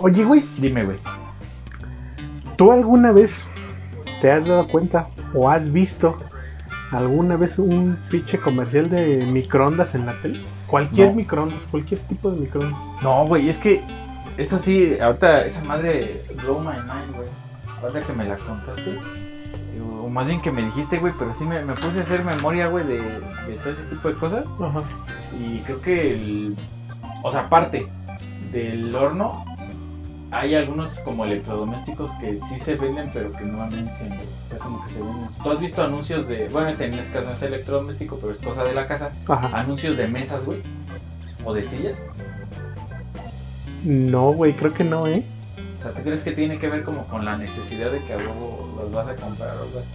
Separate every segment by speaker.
Speaker 1: Oye, güey,
Speaker 2: Dime, güey.
Speaker 1: ¿tú alguna vez te has dado cuenta o has visto alguna vez un pinche comercial de microondas en la tele? Cualquier
Speaker 2: No.
Speaker 1: microondas, cualquier tipo de microondas.
Speaker 2: No, güey, es que eso sí, ahorita esa madre blow my mind, güey. Ahorita que me la contaste, Eh, o más bien que me dijiste, güey, pero sí me, me puse a hacer memoria, güey, de, de todo ese tipo de cosas.
Speaker 1: Ajá.
Speaker 2: Y creo que el. O sea, aparte del horno, hay algunos como electrodomésticos que sí se venden, pero que no anuncian. güey. O sea, como que se venden. Tú has visto anuncios de. Bueno, este en este caso no es electrodoméstico, pero es cosa de la casa.
Speaker 1: Ajá.
Speaker 2: Anuncios de mesas, güey. O de sillas.
Speaker 1: No, güey, creo que no, ¿eh?
Speaker 2: O sea, ¿tú crees que tiene que ver como con la necesidad de que a huevo los vas a comprar o algo así?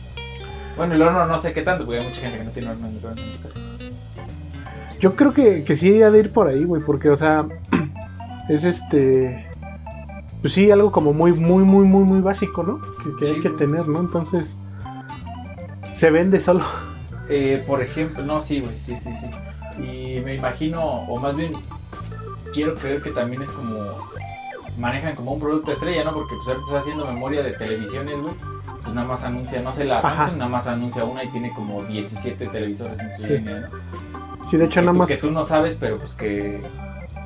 Speaker 2: Bueno, el horno no sé qué tanto, porque hay mucha gente que no tiene horno en su casa.
Speaker 1: Yo creo que, que sí ha de ir por ahí, güey, porque, o sea, es este. Pues sí, algo como muy, muy, muy, muy, muy básico, ¿no? Que, que
Speaker 2: Sí,
Speaker 1: hay que
Speaker 2: güey.
Speaker 1: tener, ¿no? Entonces, se vende solo.
Speaker 2: Eh, por ejemplo, no, sí, güey, sí, sí, sí. Y me imagino, o más bien, quiero creer que también es como, manejan como un producto estrella, ¿no? Porque pues ahorita está haciendo memoria de televisiones, güey. Pues nada más anuncia, no sé, la
Speaker 1: Ajá.
Speaker 2: Samsung nada más anuncia una y tiene como 17 televisores en su
Speaker 1: Sí.
Speaker 2: línea, ¿no?
Speaker 1: Sí, de hecho,
Speaker 2: que,
Speaker 1: nada
Speaker 2: tú,
Speaker 1: más.
Speaker 2: que tú no sabes, pero pues que,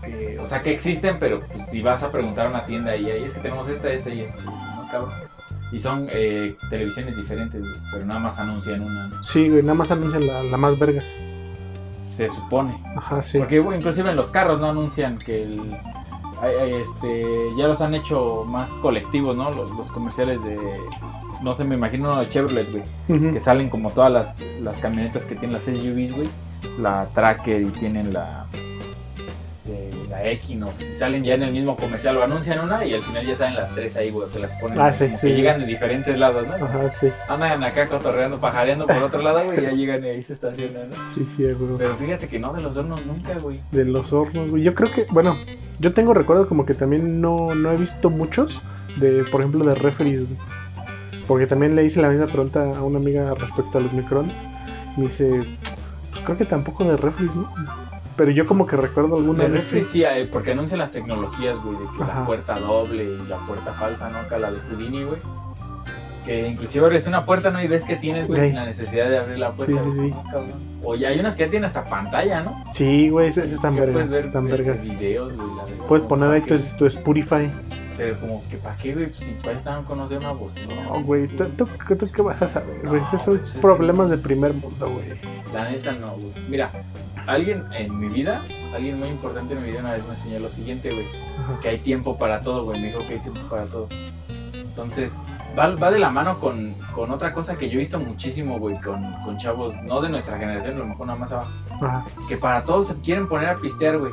Speaker 2: que- o sea, que existen, pero pues si vas a preguntar a una tienda y ahí es que tenemos esta, esta y esta, y esta, ¿no, cabrón? Y son eh, televisiones diferentes, güey, pero nada más anuncian una, ¿no?
Speaker 1: Sí, güey, nada más anuncian la, la más vergas.
Speaker 2: se supone.
Speaker 1: Ajá, sí.
Speaker 2: Porque bueno, inclusive en los carros no anuncian que el, ay, ay, este, ya los han hecho más colectivos, ¿no? Los, los comerciales de, no sé, me imagino uno de Chevrolet, güey,
Speaker 1: Ujú.
Speaker 2: que salen como todas las, las camionetas que tienen las SUVs, güey, la Tracker y tienen la, este, la Equinox, y salen ya en el mismo comercial, lo anuncian una y al final ya salen las tres ahí, güey, te las ponen,
Speaker 1: Ah,
Speaker 2: ahí,
Speaker 1: sí,
Speaker 2: como
Speaker 1: sí.
Speaker 2: que llegan de diferentes lados, ¿no?
Speaker 1: Ajá, sí,
Speaker 2: Andan acá cotorreando, pajareando por otro lado, güey, y ya llegan y ahí se estacionan, ¿no?
Speaker 1: sí, sí, güey.
Speaker 2: Pero fíjate que no de los hornos nunca, güey.
Speaker 1: De los hornos, güey. Yo creo que, bueno, yo tengo recuerdo como que también no, no he visto muchos de, por ejemplo, de referees, güey. Porque también le hice la misma pregunta a una amiga respecto a los microondas. Me dice, pues creo que tampoco de referees, ¿no? Pero yo como que recuerdo alguna
Speaker 2: De
Speaker 1: vez.
Speaker 2: refri sí hay, porque anuncian las tecnologías, güey, de que
Speaker 1: Ajá.
Speaker 2: la puerta doble y la puerta falsa, ¿no? Acá la de Houdini, güey. Que inclusive abres una puerta, ¿no? Y ves que tienes, güey,
Speaker 1: Ey.
Speaker 2: sin la necesidad de abrir la puerta.
Speaker 1: Sí, sí,
Speaker 2: güey,
Speaker 1: sí.
Speaker 2: no, cabrón. O ya hay unas que ya tienen hasta pantalla, ¿no?
Speaker 1: Sí, güey, esas están
Speaker 2: Que
Speaker 1: vergas.
Speaker 2: puedes ver
Speaker 1: Están
Speaker 2: este,
Speaker 1: vergas.
Speaker 2: videos, güey. la verdad,
Speaker 1: Puedes
Speaker 2: como
Speaker 1: poner
Speaker 2: pa'
Speaker 1: ahí
Speaker 2: qué,
Speaker 1: tu, tu Spotify.
Speaker 2: Pero como que para qué, güey, Pues, si para eso no conocer una bocina.
Speaker 1: No, güey,
Speaker 2: sí.
Speaker 1: ¿tú, tú, tú qué vas a saber? güey?
Speaker 2: No,
Speaker 1: Esos son
Speaker 2: pues es que-
Speaker 1: problemas de primer mundo, güey.
Speaker 2: La neta no, güey. Mira, alguien en mi vida, alguien muy importante en mi vida una vez me enseñó lo siguiente, güey.
Speaker 1: Ajá.
Speaker 2: que hay tiempo para todo, güey. Me dijo que hay tiempo para todo. Entonces, va, va de la mano con, con otra cosa que yo he visto muchísimo, güey, con, con chavos, no de nuestra generación, a lo mejor nada más abajo,
Speaker 1: Ajá.
Speaker 2: que para todos se quieren poner a pistear, güey.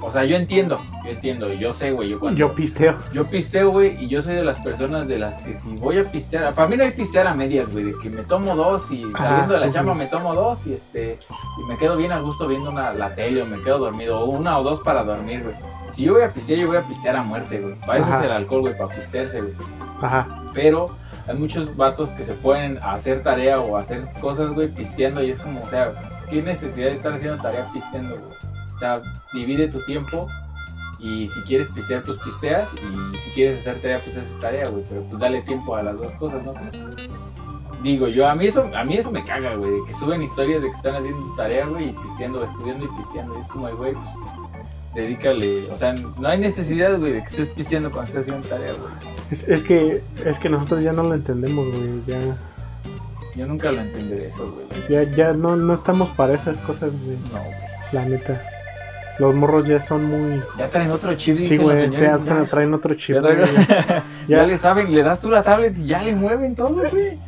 Speaker 2: O sea, yo entiendo, yo entiendo, yo sé, güey, yo cuando...
Speaker 1: Yo pisteo.
Speaker 2: Yo pisteo, güey, y yo soy de las personas de las que si voy a pistear, para mí no hay pistear a medias, güey, de que me tomo dos y
Speaker 1: Ah,
Speaker 2: saliendo de la
Speaker 1: sí,
Speaker 2: chamba
Speaker 1: sí.
Speaker 2: me tomo dos y este y me quedo bien a gusto viendo una, la tele o me quedo dormido, o una o dos para dormir, güey. Si yo voy a pistear, yo voy a pistear a muerte, güey. Para eso
Speaker 1: Ajá.
Speaker 2: es el alcohol, güey, para pistearse, güey.
Speaker 1: Ajá.
Speaker 2: Pero hay muchos vatos que se pueden hacer tarea o hacer cosas, güey, pisteando y es como, o sea, ¿qué necesidad de estar haciendo tarea pisteando, güey? O sea, divide tu tiempo y si quieres pistear, pues pisteas y si quieres hacer tarea, pues haces tarea, güey, pero pues dale tiempo a las dos cosas, ¿no crees? Digo, yo a mí eso a mí eso me caga, güey, de que suben historias de que están haciendo tarea, güey, y pisteando, estudiando y pisteando, y es como, güey, pues dedícale, o sea, no hay necesidad, güey, de que estés pisteando cuando estés haciendo tarea, güey.
Speaker 1: Es, es que es que nosotros ya no lo entendemos, güey. Ya,
Speaker 2: Yo nunca lo entenderé eso, güey.
Speaker 1: ya, ya no, no estamos para esas cosas, güey.
Speaker 2: No, güey.
Speaker 1: La neta. Los morros ya son muy.
Speaker 2: Ya traen otro chip,
Speaker 1: Sí,
Speaker 2: dicen los
Speaker 1: güey,
Speaker 2: señores,
Speaker 1: te
Speaker 2: ya.
Speaker 1: tra- traen otro chip.
Speaker 2: Ya traen-
Speaker 1: güey.
Speaker 2: ya
Speaker 1: Ya,
Speaker 2: le saben, le das tú la tablet y ya le mueven todo, güey.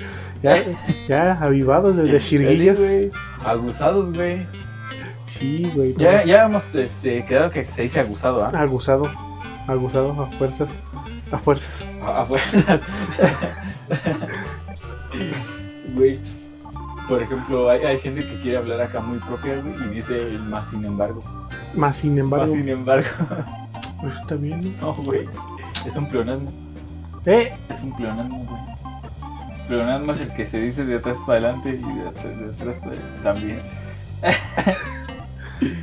Speaker 1: ya, ya avivados desde chirguillas.
Speaker 2: Sí, güey. Abusados, güey.
Speaker 1: Sí, güey. pues,
Speaker 2: Ya, ya hemos este, quedado que se dice abusado, ¿ah?
Speaker 1: Aguzado. Aguzado a fuerzas. A fuerzas.
Speaker 2: A- a fuerzas. Güey. Por ejemplo, hay, hay gente que quiere hablar acá muy propia, güey, y dice el más sin embargo.
Speaker 1: Más sin embargo.
Speaker 2: Más sin embargo.
Speaker 1: pues, está bien,
Speaker 2: No, güey. Es un pleonasmo.
Speaker 1: ¿no? Eh,
Speaker 2: Es un pleonasmo, güey. Pleonasmo es el que se dice de atrás para adelante y de atrás, de atrás para adelante también.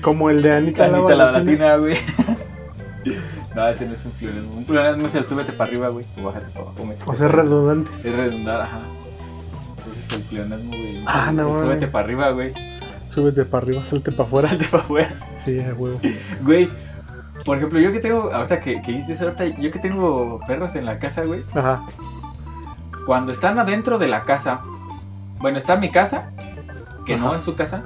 Speaker 1: como el de Anita,
Speaker 2: Anita la latina, güey. No, ese no es un pluralismo. Un pluralismo es el súbete para arriba, güey, o bájate para abajo. métete
Speaker 1: O sea, es redundante.
Speaker 2: Es redundar, ajá. Ese es el pleonasmo, güey.
Speaker 1: Ah, no,
Speaker 2: El
Speaker 1: mames.
Speaker 2: Súbete para arriba, güey.
Speaker 1: Súbete para arriba, salte para afuera.
Speaker 2: Salte para afuera.
Speaker 1: Sí, a huevo.
Speaker 2: Güey, por ejemplo, yo que tengo, ahorita que, que dices, ahorita yo que tengo perros en la casa, güey.
Speaker 1: Ajá.
Speaker 2: Cuando están adentro de la casa, bueno, está mi casa, que no es su casa,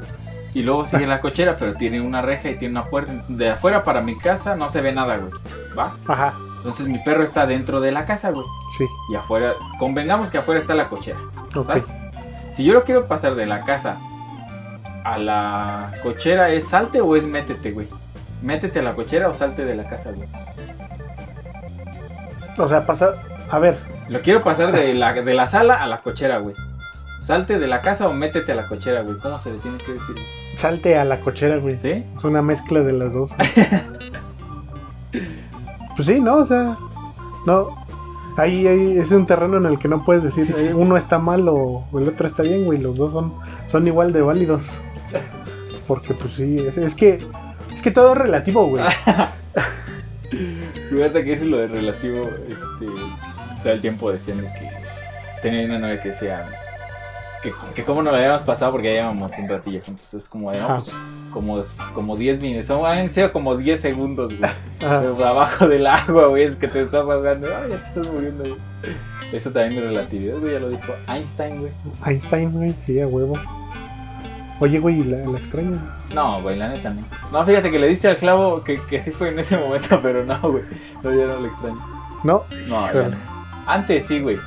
Speaker 2: y luego sigue la cochera, pero tiene una reja y tiene una puerta. Entonces, de afuera para mi casa no se ve nada, güey. ¿Va?
Speaker 1: Ajá.
Speaker 2: Entonces mi perro está dentro de la casa, güey.
Speaker 1: Sí.
Speaker 2: Y afuera, convengamos que afuera está la cochera.
Speaker 1: Ok.
Speaker 2: ¿Sabes? Si yo lo quiero pasar de la casa a la cochera, ¿es salte o es métete, güey? Métete a la cochera o salte de la casa, güey.
Speaker 1: O sea, pasa. A ver.
Speaker 2: Lo quiero pasar de la, de la sala a la cochera, güey. Salte de la casa o métete a la cochera, güey. ¿Cómo se le tiene que decir? güey?
Speaker 1: Salte a la cochera, güey.
Speaker 2: ¿Sí?
Speaker 1: Es una mezcla de las dos. pues sí, ¿no? O sea, no. Ahí, ahí es un terreno en el que no puedes decir
Speaker 2: Sí, sí.
Speaker 1: eh, uno está mal o el otro está bien, güey. Los dos son, son igual de válidos. Porque pues sí, es, es que es que todo es relativo, güey.
Speaker 2: Ah, Fíjate que es lo de relativo, este, todo el tiempo diciendo que tenía una novia que decía que, que cómo nos la habíamos pasado porque ya llevamos un ratillo juntos. Es como, de, no,
Speaker 1: Ajá.
Speaker 2: pues, como, como 10 minutos, son, han sido como 10 segundos, güey.
Speaker 1: Ajá.
Speaker 2: Pero abajo del agua, güey, es que te estás ahogando. Ay, ya te estás muriendo, güey. Eso también es relatividad, güey, ya lo dijo Einstein, güey.
Speaker 1: Einstein, güey, sí, a huevo. Oye, güey, ¿y la, la extraño.
Speaker 2: No, güey, la neta no. No, fíjate que le diste al clavo que, que sí fue en ese momento, pero no, güey. No, yo no le extraño.
Speaker 1: No,
Speaker 2: No, ya no. Antes sí, güey.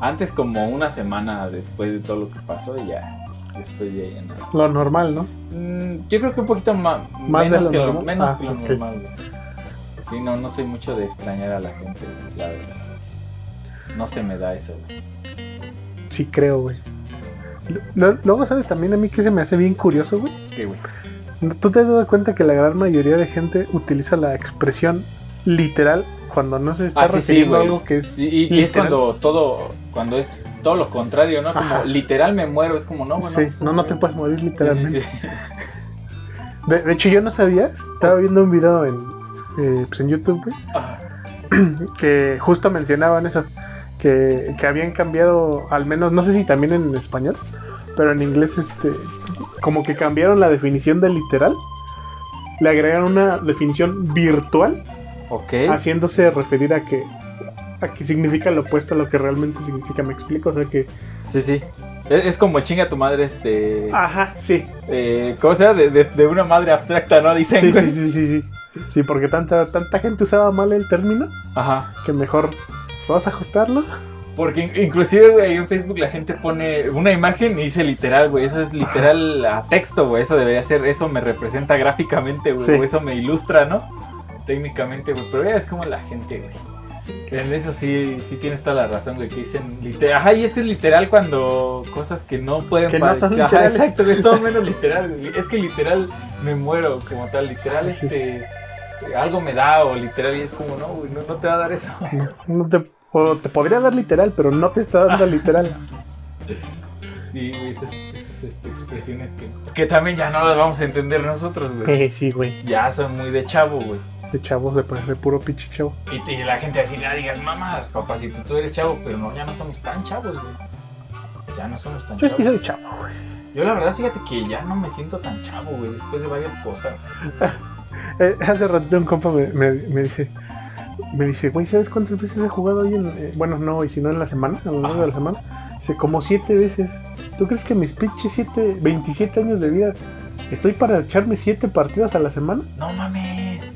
Speaker 2: Antes como una semana después de todo lo que pasó, ya. Después ya ya nada.
Speaker 1: lo normal, ¿no?
Speaker 2: Mm, yo creo que un poquito más,
Speaker 1: Más de
Speaker 2: menos,
Speaker 1: lo
Speaker 2: que lo,
Speaker 1: normal.
Speaker 2: menos
Speaker 1: Ah,
Speaker 2: que lo
Speaker 1: ok.
Speaker 2: normal, güey. Sí, no, no soy mucho de extrañar a la gente, güey, la verdad. No se me da eso, güey.
Speaker 1: Sí, creo, güey. Lo- Luego, ¿sabes también a mí que se me hace bien curioso, güey?
Speaker 2: ¿Qué, güey?
Speaker 1: ¿Tú te has dado cuenta que la gran mayoría de gente utiliza la expresión literal cuando no se está
Speaker 2: Ah, sí, sí,
Speaker 1: refiriendo a
Speaker 2: güey.
Speaker 1: algo que es...
Speaker 2: Y, y- y es
Speaker 1: Literal.
Speaker 2: cuando todo, cuando es todo lo contrario, ¿no? Como
Speaker 1: Ajá.
Speaker 2: literal me muero, es como no, güey,
Speaker 1: sí, no, no te puedes morir literalmente.
Speaker 2: Sí, sí, sí.
Speaker 1: De, de hecho, yo no sabía, estaba viendo un video en, eh, pues en YouTube, güey,
Speaker 2: Ah,
Speaker 1: que justo mencionaban eso, que, que habían cambiado, al menos, no sé si también en español, pero en inglés, este, como que cambiaron la definición de literal, le agregaron una definición virtual
Speaker 2: ok.
Speaker 1: ¿Eh? Ah, haciéndose referir a que a que significa lo opuesto a lo que realmente significa, me explico, o sea que
Speaker 2: Sí, sí. Es, es como el chinga tu madre, este.
Speaker 1: ajá, sí,
Speaker 2: eh, cosa de, de- de una madre abstracta, ¿no? Dicen,
Speaker 1: sí, sí,
Speaker 2: güey.
Speaker 1: sí, sí, sí. Sí, porque tanta, tanta gente usaba mal el término
Speaker 2: Ajá.
Speaker 1: que mejor vamos a ajustarlo.
Speaker 2: Porque in- inclusive, güey, ahí en Facebook la gente pone una imagen y dice literal, güey. Eso es literal a texto, güey. Eso debería ser, eso me representa gráficamente, güey.
Speaker 1: Sí.
Speaker 2: O eso me ilustra, ¿no? Técnicamente, güey. Pero ya es como la gente, güey. En eso sí, sí tienes toda la razón, güey, que dicen literal. Ajá, y es que es literal cuando cosas que no pueden
Speaker 1: Que no
Speaker 2: pare-
Speaker 1: son
Speaker 2: Ajá,
Speaker 1: literales.
Speaker 2: exacto, güey, es todo menos literal, güey. Es que literal me muero como tal, literal,
Speaker 1: Sí.
Speaker 2: este, algo me da o literal, y es como, no, güey, no, no te va a dar eso.
Speaker 1: No, no te, o te podría dar literal, pero no te está dando literal.
Speaker 2: Sí, güey, esas, esas, este, expresiones que, que también ya no las vamos a entender nosotros, güey.
Speaker 1: Eh, sí, güey,
Speaker 2: Ya son muy de chavo, güey.
Speaker 1: de chavos, de, de puro pinche chavo.
Speaker 2: Y, te- y la gente va a decir, ah, digas mamadas, papacito, tú eres chavo, pero no, ya no somos tan chavos, güey. Ya no somos tan
Speaker 1: Yo es que
Speaker 2: chavos.
Speaker 1: soy chavo, güey.
Speaker 2: Yo la verdad, fíjate que ya no me siento tan chavo, güey, después de varias cosas.
Speaker 1: Eh, hace ratito un compa me, me- me dice, me dice, güey, ¿sabes cuántas veces he jugado hoy? En, eh, bueno, no hoy, sino en la semana, a lo largo
Speaker 2: Ajá.
Speaker 1: de la semana. Dice, como siete veces. ¿Tú crees que mis pinches siete, 27 años de vida estoy para echarme siete partidos a la semana?
Speaker 2: No mames.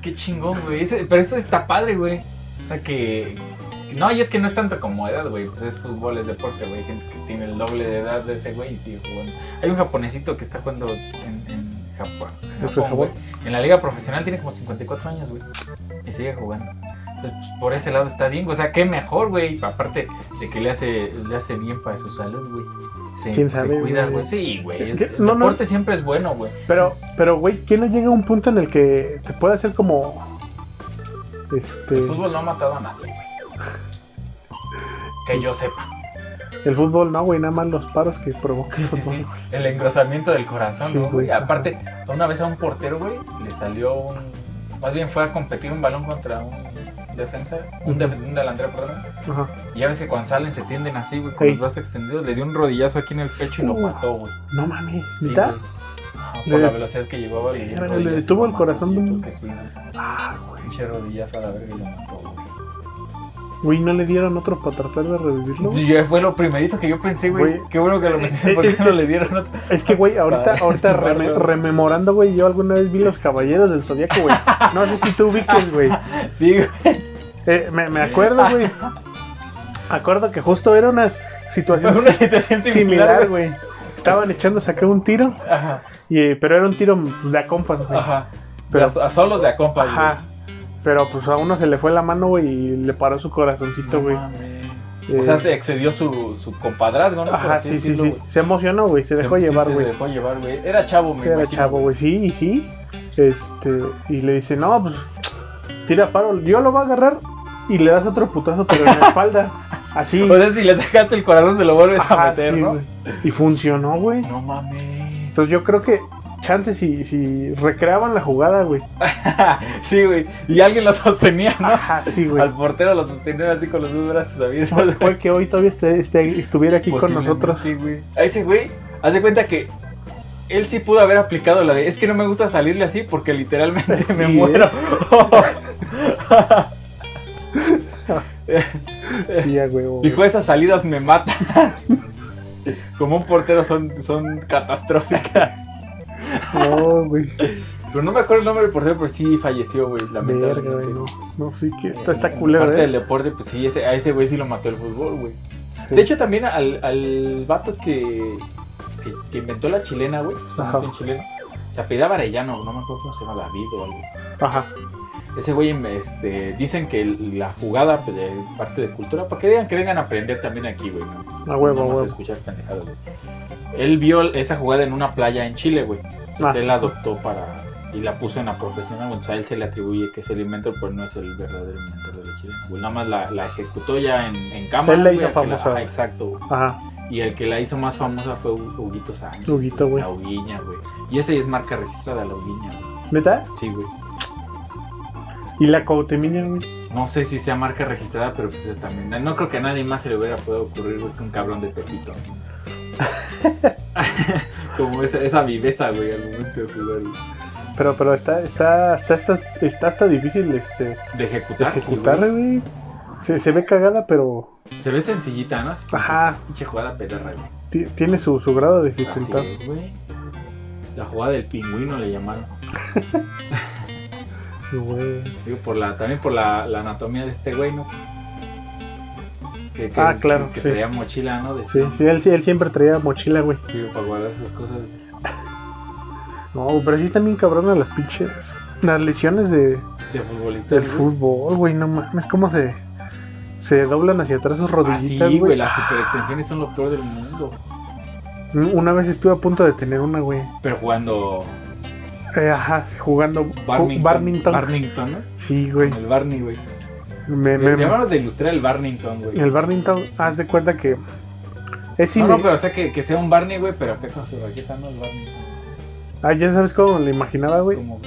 Speaker 2: Qué chingón, güey. Ese- Pero eso está padre, güey. O sea que. No, y es que no es tanto como edad, güey. Pues es fútbol, es deporte, güey. Hay gente que tiene el doble de edad de ese güey y sigue jugando. Hay un japonesito que está jugando en, en Japón. En,
Speaker 1: Pues,
Speaker 2: Japón,
Speaker 1: Japón.
Speaker 2: güey. En la liga profesional tiene como 54 años, güey. Y sigue jugando. Entonces, pues, por ese lado está bien. güey. O sea, qué mejor, güey. Aparte de que le hace, le hace bien para su salud, güey. Se,
Speaker 1: ¿Quién
Speaker 2: se
Speaker 1: sabe,
Speaker 2: cuida,
Speaker 1: güey?
Speaker 2: güey. Sí, güey. es-
Speaker 1: ¿Qué?
Speaker 2: El
Speaker 1: No, no.
Speaker 2: deporte siempre es bueno, güey.
Speaker 1: Pero, pero, güey, ¿quién no llega a un punto en el que te puede hacer como... Este...
Speaker 2: El fútbol no ha matado a nadie, güey. Que yo sepa.
Speaker 1: El fútbol, no, güey, nada más los paros que provoca
Speaker 2: Sí,
Speaker 1: el
Speaker 2: sí,
Speaker 1: fútbol.
Speaker 2: sí. El engrosamiento del corazón,
Speaker 1: Sí,
Speaker 2: ¿no, güey?
Speaker 1: güey.
Speaker 2: Aparte, una vez a un portero, güey, le salió un, Más bien fue a competir un balón contra un defensa, un, de- un delantero, perdón.
Speaker 1: Ajá.
Speaker 2: Y ya ves que cuando salen se tienden así, güey, con
Speaker 1: Sí.
Speaker 2: los brazos extendidos. Le dio un rodillazo aquí en el pecho y lo
Speaker 1: Uh.
Speaker 2: mató, güey.
Speaker 1: No mames.
Speaker 2: Sí,
Speaker 1: ¿Neta?
Speaker 2: güey. Ajá, por
Speaker 1: Le-
Speaker 2: la velocidad que llevaba le dio un
Speaker 1: Verga, le
Speaker 2: rodillazo y lo
Speaker 1: detuvo el
Speaker 2: mató,
Speaker 1: corazón
Speaker 2: sí,
Speaker 1: de un-
Speaker 2: creo que sí, güey.
Speaker 1: Ah, güey.
Speaker 2: Pinche rodillazo a la verga y lo mató, güey.
Speaker 1: Güey, ¿no le dieron otro para tratar de revivirlo?
Speaker 2: Sí, ya fue lo primerito que yo pensé, güey.
Speaker 1: Güey.
Speaker 2: Qué bueno que lo
Speaker 1: Eh,
Speaker 2: mencioné
Speaker 1: eh,
Speaker 2: porque
Speaker 1: eh,
Speaker 2: no le dieron otro.
Speaker 1: Es que, güey, ahorita,
Speaker 2: Para-
Speaker 1: ahorita reme-
Speaker 2: para-
Speaker 1: rememorando, güey, yo alguna vez vi Los Caballeros del Zodíaco, güey. No sé si tú ubiques, güey.
Speaker 2: Sí, güey.
Speaker 1: Eh, me, me acuerdo, güey. Acuerdo que justo era una
Speaker 2: Fue
Speaker 1: situación
Speaker 2: una situación
Speaker 1: si-
Speaker 2: similar,
Speaker 1: similar,
Speaker 2: güey.
Speaker 1: güey. Estaban echándose acá un tiro,
Speaker 2: Ajá,
Speaker 1: y, eh, pero era un tiro de a compas, güey.
Speaker 2: ajá.
Speaker 1: Pero-
Speaker 2: Pero a, a solos de acompa, güey.
Speaker 1: Ajá. Pero pues a uno se le fue la mano, güey, y le paró su corazoncito,
Speaker 2: No
Speaker 1: güey.
Speaker 2: mames.
Speaker 1: Eh,
Speaker 2: O sea, se excedió su, su compadrazgo, ¿no? Por
Speaker 1: Ajá,
Speaker 2: así
Speaker 1: sí, sí,
Speaker 2: decirlo,
Speaker 1: sí.
Speaker 2: güey.
Speaker 1: Se emocionó, güey, se dejó
Speaker 2: Sí,
Speaker 1: llevar,
Speaker 2: sí,
Speaker 1: güey.
Speaker 2: Se dejó llevar, güey. Era chavo, me
Speaker 1: Que era
Speaker 2: imagino,
Speaker 1: chavo, güey, sí, y sí. Este, y le dice, no, pues tira paro, yo lo voy a agarrar y le das otro putazo, pero en la espalda. Así.
Speaker 2: O sea, si le sacaste el corazón, se lo vuelves
Speaker 1: Ajá,
Speaker 2: a meter,
Speaker 1: sí,
Speaker 2: ¿no?
Speaker 1: güey. Y funcionó, güey.
Speaker 2: No mames.
Speaker 1: Entonces yo creo que chance si, si recreaban la jugada, güey.
Speaker 2: sí, güey. Y alguien lo sostenía, ¿no?
Speaker 1: Ajá, sí, güey.
Speaker 2: Al portero lo sostenía así con los dos brazos abiertos.
Speaker 1: Fue que hoy todavía este- este- estuviera aquí con
Speaker 2: Posiblemente,
Speaker 1: nosotros.
Speaker 2: güey. A ese güey, haz de cuenta que él sí pudo haber aplicado la de es que no me gusta salirle así porque literalmente
Speaker 1: Sí,
Speaker 2: me
Speaker 1: ¿eh?
Speaker 2: muero.
Speaker 1: Sí, a huevo, güey.
Speaker 2: Dijo, esas salidas me matan. Como un portero son, son catastróficas.
Speaker 1: No, güey.
Speaker 2: Pero no me acuerdo el nombre del portero, pero sí falleció, güey,
Speaker 1: Verga,
Speaker 2: lamentablemente.
Speaker 1: güey. No, no, sí que está,
Speaker 2: Eh,
Speaker 1: está
Speaker 2: Aparte
Speaker 1: culero,
Speaker 2: del
Speaker 1: eh.
Speaker 2: deporte, pues sí, ese- a ese güey sí lo mató el fútbol, güey.
Speaker 1: Sí.
Speaker 2: De hecho, también al, al vato que, que, que inventó la chilena, güey. pues,
Speaker 1: Ajá.
Speaker 2: un chileno. Se apellidaba Arellano, no me acuerdo cómo se llama, David o algo así.
Speaker 1: Ajá.
Speaker 2: Ese güey, este, dicen que el- la jugada pues, de parte de cultura, para que digan que vengan a aprender también aquí, güey. ¿no?
Speaker 1: A Ah, huevo, a
Speaker 2: No más
Speaker 1: huevo.
Speaker 2: escuchar pendejadas, güey. Él vio esa jugada en una playa en Chile, güey. Entonces
Speaker 1: Ah.
Speaker 2: él la adoptó para. Y la puso en la profesional, güey. o sea, él se le atribuye que es el inventor, pero no es el verdadero inventor de la chilena. Güey, nada más la, la ejecutó ya en, en cámara.
Speaker 1: Él la
Speaker 2: güey,
Speaker 1: hizo
Speaker 2: al que
Speaker 1: famosa.
Speaker 2: ajá, exacto, güey.
Speaker 1: Ajá.
Speaker 2: Y el que la hizo más famosa fue Hu- Huguito Sánchez.
Speaker 1: Huguito, güey.
Speaker 2: La Uguiña, güey. Y esa ya es marca registrada, la Uguiña, güey.
Speaker 1: ¿Neta?
Speaker 2: Sí, güey.
Speaker 1: Y la Cuauhtemiña, güey.
Speaker 2: No sé si sea marca registrada, pero pues es también. No creo que a nadie más se le hubiera podido ocurrir, güey, que un cabrón de Pepito. Como esa, esa viveza, güey, al momento de jugar. güey.
Speaker 1: Pero, pero está, está, está, está, está hasta difícil este
Speaker 2: De
Speaker 1: de
Speaker 2: ejecutar. Ah, sí,
Speaker 1: ejecutar,
Speaker 2: güey.
Speaker 1: güey. Se, se ve cagada, pero
Speaker 2: Se ve sencillita, ¿no? Así como
Speaker 1: Ajá.
Speaker 2: que es Pinche jugada perra, güey.
Speaker 1: este, ti- tiene su, su grado de
Speaker 2: Así
Speaker 1: dificultad.
Speaker 2: es, güey. La jugada del pingüino le llamaron.
Speaker 1: Güey.
Speaker 2: Digo, por la, también por la, la anatomía de este güey, ¿no? Que, que-
Speaker 1: Ah, claro,
Speaker 2: Que
Speaker 1: sí.
Speaker 2: traía mochila, ¿no? De
Speaker 1: Sí, sí, él, sí, él siempre traía mochila, güey.
Speaker 2: sí, para guardar sus cosas.
Speaker 1: No, pero sí están bien cabronas las pinches. Las lesiones de,
Speaker 2: De futbolista.
Speaker 1: del fútbol, güey. No mames, cómo se, se doblan hacia atrás sus rodillitas,
Speaker 2: Así, Ah, güey,
Speaker 1: güey.
Speaker 2: las superextensiones son lo peor del mundo.
Speaker 1: Una vez estuve a punto de tener una, güey.
Speaker 2: Pero jugando
Speaker 1: Eh, ajá, jugando ju-
Speaker 2: Barnington.
Speaker 1: Barnington.
Speaker 2: Barnington, ¿no?
Speaker 1: Sí, güey.
Speaker 2: El Barney, güey.
Speaker 1: Me, Eh, me-
Speaker 2: Llamaron de ilustrar el Barnington, güey.
Speaker 1: El Barnington, haz de cuenta que es
Speaker 2: no,
Speaker 1: similar.
Speaker 2: no, pero o sea, que, que sea un Barney, güey, pero acá con su raqueta, ¿no? El Barnington.
Speaker 1: Ah, ya sabes cómo le imaginaba, güey.
Speaker 2: Como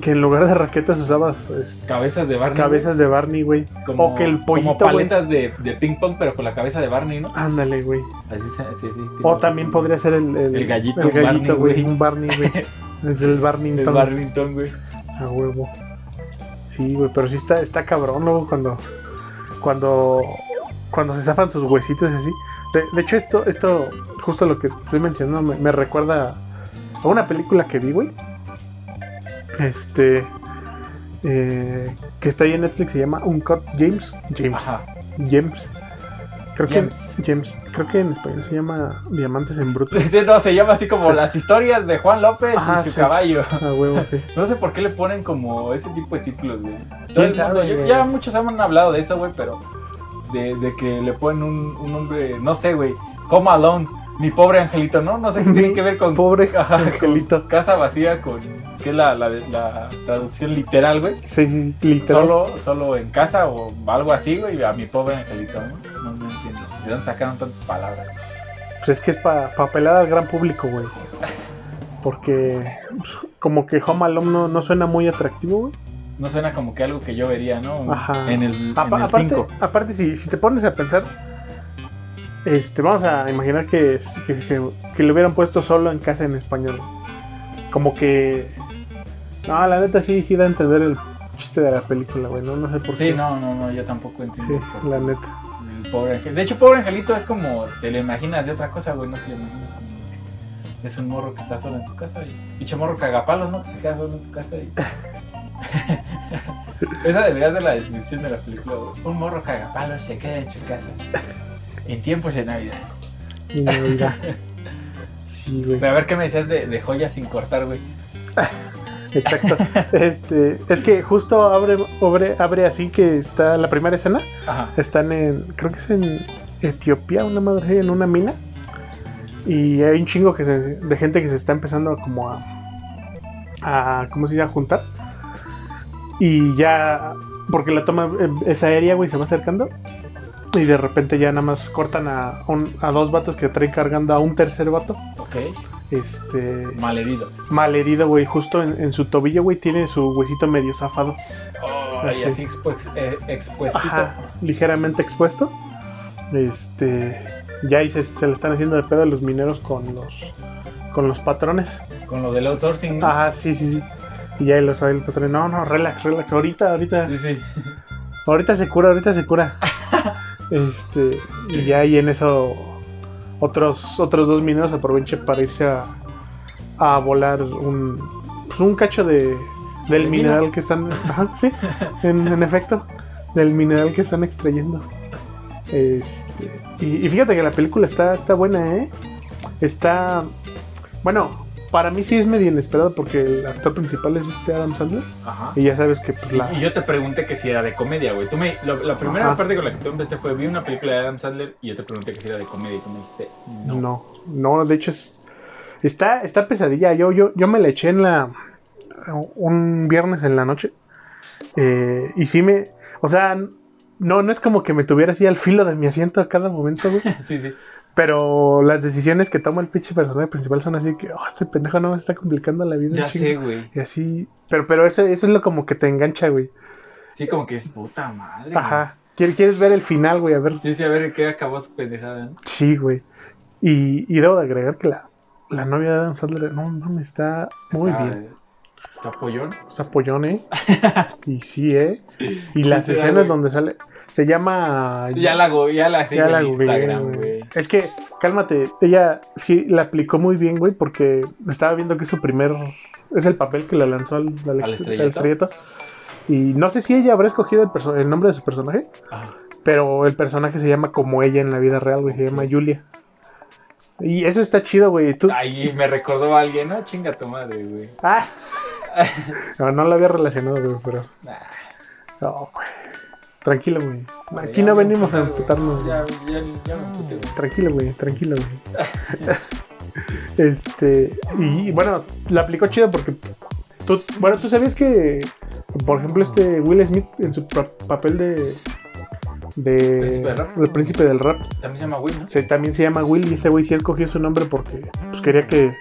Speaker 1: Que en lugar de raquetas usabas este,
Speaker 2: cabezas de Barney.
Speaker 1: cabezas de Barney, güey.
Speaker 2: güey. Como,
Speaker 1: o que el pollito,
Speaker 2: Como paletas de, de ping-pong, pero con la cabeza de Barney, ¿no?
Speaker 1: Ándale, güey.
Speaker 2: Así se. Sí, sí,
Speaker 1: O también
Speaker 2: podría
Speaker 1: podría ser el,
Speaker 2: El gallito,
Speaker 1: el
Speaker 2: un Barney,
Speaker 1: gallito, güey.
Speaker 2: güey.
Speaker 1: Un Barney, güey. es el Barnington.
Speaker 2: El Barrington, güey.
Speaker 1: A huevo. Sí, güey, pero sí está, está cabrón luego cuando. Cuando. Cuando se zafan sus huesitos y así. De, de hecho, esto, esto, justo lo que estoy mencionando, me, me recuerda a una película que vi, güey. Este. eh, que está ahí en Netflix, se llama Uncut James. James.
Speaker 2: Ajá.
Speaker 1: James. Creo
Speaker 2: James.
Speaker 1: que. James. Creo que en español se llama Diamantes en Bruto.
Speaker 2: Sí, no, se llama así como
Speaker 1: Sí.
Speaker 2: las historias de Juan López
Speaker 1: Ajá,
Speaker 2: y su
Speaker 1: sí.
Speaker 2: caballo.
Speaker 1: A huevo, sí.
Speaker 2: No sé por qué le ponen como ese tipo de títulos, güey. Todo el
Speaker 1: sabe,
Speaker 2: mundo- yo-
Speaker 1: güey?
Speaker 2: ya muchos han hablado de eso, güey, pero de, de que le ponen un, un nombre, no sé, güey, Home Alone, mi pobre angelito, ¿no? No sé qué tiene que ver con
Speaker 1: Pobre
Speaker 2: Ajá, con
Speaker 1: angelito.
Speaker 2: Casa Vacía, con que es la, la- la traducción literal, güey.
Speaker 1: Sí, sí, sí, literal.
Speaker 2: Solo, solo en casa o algo así, güey, a mi pobre angelito, ¿no? No, no entiendo. ¿De dónde sacaron tantas palabras?
Speaker 1: Pues es que es para apelar al gran público, güey. Porque pues, como que Home Alone no, no suena muy atractivo, güey.
Speaker 2: No suena como que algo que yo vería, ¿no?
Speaker 1: Ajá.
Speaker 2: En el
Speaker 1: Apa-
Speaker 2: 5.
Speaker 1: aparte, aparte si, si te pones a pensar, este, vamos a imaginar que, que, que- que lo hubieran puesto solo en casa en español. Como que. No, la neta sí, sí da a entender el chiste de la película, güey. No, no sé por
Speaker 2: Sí,
Speaker 1: qué.
Speaker 2: no, no, no, yo tampoco entiendo. por
Speaker 1: Sí,
Speaker 2: qué
Speaker 1: la neta.
Speaker 2: el pobre ángel. De hecho, pobre angelito es como, te lo imaginas de otra cosa, güey, no te lo imaginas como... Es un morro que está solo en su casa y pinche morro cagapalo, ¿no? Que se queda solo en su casa y... Esa debería ser la descripción de la película, güey. Un morro cagapalo se queda en su casa en tiempos de Navidad.
Speaker 1: Y no, mira. Sí, güey.
Speaker 2: Pero a ver qué me decías de, de joyas sin cortar, güey.
Speaker 1: Exacto. Este, es que justo abre, abre, abre así que está la primera escena.
Speaker 2: Ajá.
Speaker 1: Están en, creo que es en Etiopía, una madre, así, en una mina. Y hay un chingo que se- de gente que se está empezando como a, a ¿cómo se dice? A juntar. Y ya, porque la toma eh, es aérea, güey, se va acercando. Y de repente ya nada más cortan a, un- a dos vatos que traen cargando a un tercer vato.
Speaker 2: Ok.
Speaker 1: Este,
Speaker 2: Malherido.
Speaker 1: malherido, güey, justo en, en su tobillo, güey, tiene su huesito medio zafado.
Speaker 2: Oh, y
Speaker 1: Ok.
Speaker 2: así expues- eh, expuestito.
Speaker 1: Ajá, ligeramente expuesto. Este, ya ahí se, se le están haciendo de pedo a los mineros con los con los patrones.
Speaker 2: Con lo del outsourcing. ¿no?
Speaker 1: Ajá, sí, sí, sí. Y ya ahí los el patrón, no, no, relax, relax, ahorita, ahorita,
Speaker 2: Sí, sí.
Speaker 1: ahorita se cura, ahorita se cura. este, y ya ahí en eso otros otros dos mineros aprovechan para irse a, a volar un pues un cacho de del
Speaker 2: De
Speaker 1: mineral
Speaker 2: mina.
Speaker 1: que están, ajá, sí, en, en efecto, del mineral que están extrayendo. Este, y, y fíjate que la película está, está buena, ¿eh? Está. Bueno, para mí sí es medio inesperado porque el actor principal es este Adam Sandler.
Speaker 2: Ajá.
Speaker 1: Y ya sabes que, pues, la.
Speaker 2: Y yo te pregunté que si era de comedia, güey. Tú me, lo- la primera
Speaker 1: Ajá.
Speaker 2: parte con la que tú empezaste fue, vi una película de Adam Sandler y yo te pregunté que si era de comedia y tú me dijiste, no.
Speaker 1: No. no, de hecho es. Está, está pesadilla. Yo, yo, yo me la eché en la. un viernes en la noche. Eh, y sí me. O sea, no, no es como que me tuviera así al filo de mi asiento a cada momento, güey.
Speaker 2: Sí, sí.
Speaker 1: Pero las decisiones que toma el pinche personaje principal son así que, oh, este pendejo no me está complicando la vida. un
Speaker 2: Ya
Speaker 1: chingo".
Speaker 2: sé, güey.
Speaker 1: Y así. Pero, pero eso, eso es lo como que te engancha, güey.
Speaker 2: Sí, como que es puta madre. güey.
Speaker 1: Ajá. Quier- ¿Quieres ver el final, güey? A ver.
Speaker 2: Sí, sí, a ver en qué acabó su pendejada. ¿no?
Speaker 1: Sí, güey. Y, y debo de agregar que la, la novia de Adam Sandler, no, no, me está muy
Speaker 2: Está-
Speaker 1: bien.
Speaker 2: Está pollón.
Speaker 1: Está pollón, ¿eh. y sí, ¿eh? Y las
Speaker 2: Sí, sí,
Speaker 1: escenas
Speaker 2: güey.
Speaker 1: donde sale. Se llama.
Speaker 2: Ya la, go- ya la sigo
Speaker 1: Ya la
Speaker 2: en
Speaker 1: googleé,
Speaker 2: Instagram,
Speaker 1: güey.
Speaker 2: güey.
Speaker 1: Es que, cálmate, ella sí la aplicó muy bien, güey, porque estaba viendo que es su primer. Es el papel que la lanzó al, al,
Speaker 2: ¿Al
Speaker 1: ex-
Speaker 2: estrellato?
Speaker 1: al estrellato. Y no sé si ella habrá escogido el, perso- el nombre de su personaje,
Speaker 2: Ajá.
Speaker 1: pero el personaje se llama como ella en la vida real, güey, se llama Julia. Y eso está chido, güey. Tú,
Speaker 2: Ahí me recordó a alguien, no, chinga tu madre, güey.
Speaker 1: Ah. No, no lo había relacionado, güey, pero.
Speaker 2: Nah.
Speaker 1: No, güey. Tranquilo, güey. Aquí
Speaker 2: Ya
Speaker 1: no
Speaker 2: me
Speaker 1: venimos a
Speaker 2: emputé, güey.
Speaker 1: disputarnos.
Speaker 2: Ya, ya, ya me emputé, güey.
Speaker 1: Tranquilo, güey, tranquilo, güey. este. Y bueno, la aplicó chido porque. Tú, bueno, tú sabías que. Por ejemplo, este Will Smith en su pa- papel de. De.
Speaker 2: Príncipe del rap.
Speaker 1: El príncipe del rap.
Speaker 2: También se llama Will, ¿no?
Speaker 1: se- también se llama Will y ese güey sí escogió su nombre porque pues, quería que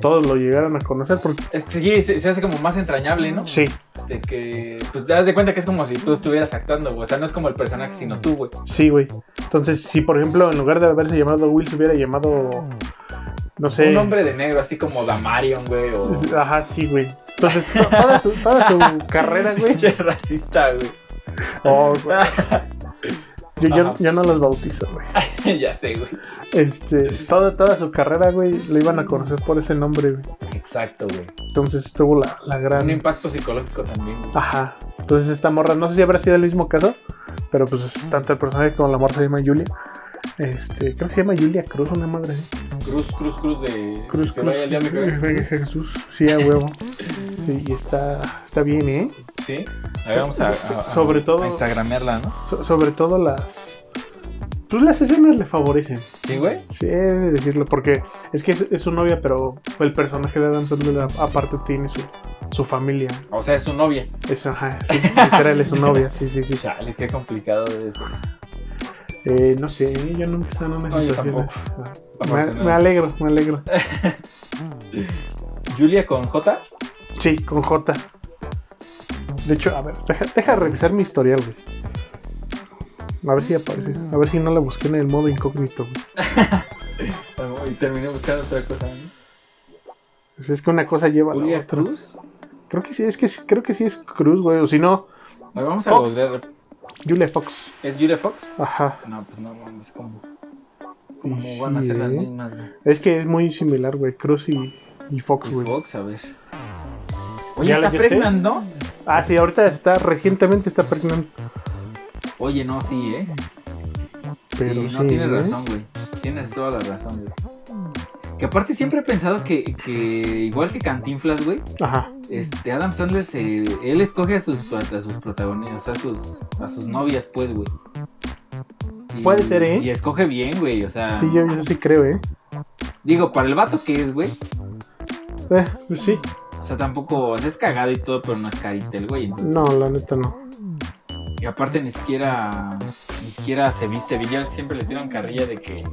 Speaker 1: todos lo llegaran a conocer. Porque,
Speaker 2: Es que sí, se, se hace como más entrañable, ¿no?
Speaker 1: sí,
Speaker 2: De que, pues te das de cuenta que es como si tú estuvieras actuando, güey. O sea, no es como el personaje, sino tú, güey.
Speaker 1: Sí, güey. Entonces, si por ejemplo, en lugar de haberse llamado Will, se hubiera llamado. No sé.
Speaker 2: Un hombre de negro, así como Damarion, güey, o...
Speaker 1: Ajá, sí, güey. Entonces, to- toda su, toda su carrera, güey.
Speaker 2: Pinche racista, güey.
Speaker 1: Oh, güey. Yo, yo-
Speaker 2: Ajá.
Speaker 1: yo no los bautizo, güey.
Speaker 2: ya sé, güey.
Speaker 1: Este, toda, toda su carrera, güey, lo iban a conocer por ese nombre, güey.
Speaker 2: Exacto, güey.
Speaker 1: Entonces tuvo la, la
Speaker 2: Un
Speaker 1: gran.
Speaker 2: impacto psicológico también, güey.
Speaker 1: Ajá. Entonces esta morra, no sé si habrá sido el mismo caso, pero pues tanto el personaje como la morra se llama Julia. Este, creo que se llama Julia Cruz, una madre. así.
Speaker 2: Cruz, cruz, cruz de...
Speaker 1: Cruz,
Speaker 2: que se
Speaker 1: cruz.
Speaker 2: vaya el diablo que venga Jesús.
Speaker 1: Jesús, sí, a huevo. Sí, y está, está bien, ¿eh?
Speaker 2: Sí. A ver, vamos a... a- a-
Speaker 1: Sobre todo-
Speaker 2: A instagramearla, ¿no?
Speaker 1: So- sobre todo las... Pues las escenas le favorecen,
Speaker 2: Sí, güey.
Speaker 1: sí, he de decirlo, porque es que es, es su novia, pero el personaje de Adam Sandler a- aparte tiene su, su familia.
Speaker 2: O sea, es su novia.
Speaker 1: Es, ajá, sí, literal, es su novia, sí, sí, sí.
Speaker 2: Chale, qué complicado es. eso.
Speaker 1: Eh, no sé, yo nunca he estado en una
Speaker 2: No, yo
Speaker 1: situación así. Me,
Speaker 2: Afortunadamente.
Speaker 1: me alegro, me alegro.
Speaker 2: Julia con J.
Speaker 1: Sí, con J. De hecho, a ver, deja, deja revisar mi historial, güey. A ver si aparece. A ver si no la busqué en el modo incógnito, güey.
Speaker 3: Ah, Y terminé buscando otra cosa. ¿no?
Speaker 1: Pues es que una cosa lleva a la
Speaker 2: Julia
Speaker 1: otra.
Speaker 2: Cruz.
Speaker 1: Creo que sí, es que sí- creo que sí es Cruz, güey. O si no,
Speaker 3: Bueno, vamos a
Speaker 1: Fox.
Speaker 3: volver.
Speaker 1: Julia Fox.
Speaker 3: ¿Es Julia Fox?
Speaker 1: Ajá.
Speaker 3: No, pues no mames, como. Como van a ser las
Speaker 1: Sí. ¿eh?
Speaker 3: mismas, güey.
Speaker 1: Es que es muy similar, güey. Cruz y, y Fox,
Speaker 3: Y
Speaker 1: güey.
Speaker 3: Fox, a ver. Oye,
Speaker 1: ¿Ya la
Speaker 3: está
Speaker 1: echaste?
Speaker 3: pregnant, ¿no?
Speaker 1: Ah, sí, ahorita está, recientemente está pregnante.
Speaker 3: Oye, no, sí, ¿eh?
Speaker 1: Pero sí,
Speaker 3: sí, no tienes
Speaker 1: ¿eh?
Speaker 3: razón, güey. Tienes toda la razón, güey. Que aparte siempre he pensado que, que igual que Cantinflas, güey,
Speaker 1: Ajá.
Speaker 3: este Adam Sandler se, él escoge a sus a sus protagonistas, a sus a sus novias, pues, güey. Y-
Speaker 1: Puede ser, ¿eh?
Speaker 3: Y escoge bien, güey, o sea,
Speaker 2: Ah.
Speaker 1: Sí, yo, yo sí creo, ¿eh?
Speaker 3: digo, para el vato que es, güey,
Speaker 1: Eh, pues sí.
Speaker 3: o sea, tampoco o sea, es cagado y todo, pero no es caritel, güey. entonces-
Speaker 1: No, la neta no.
Speaker 3: Y aparte ni siquiera ni siquiera se viste bien. Ya ves que siempre le tiran carrilla de que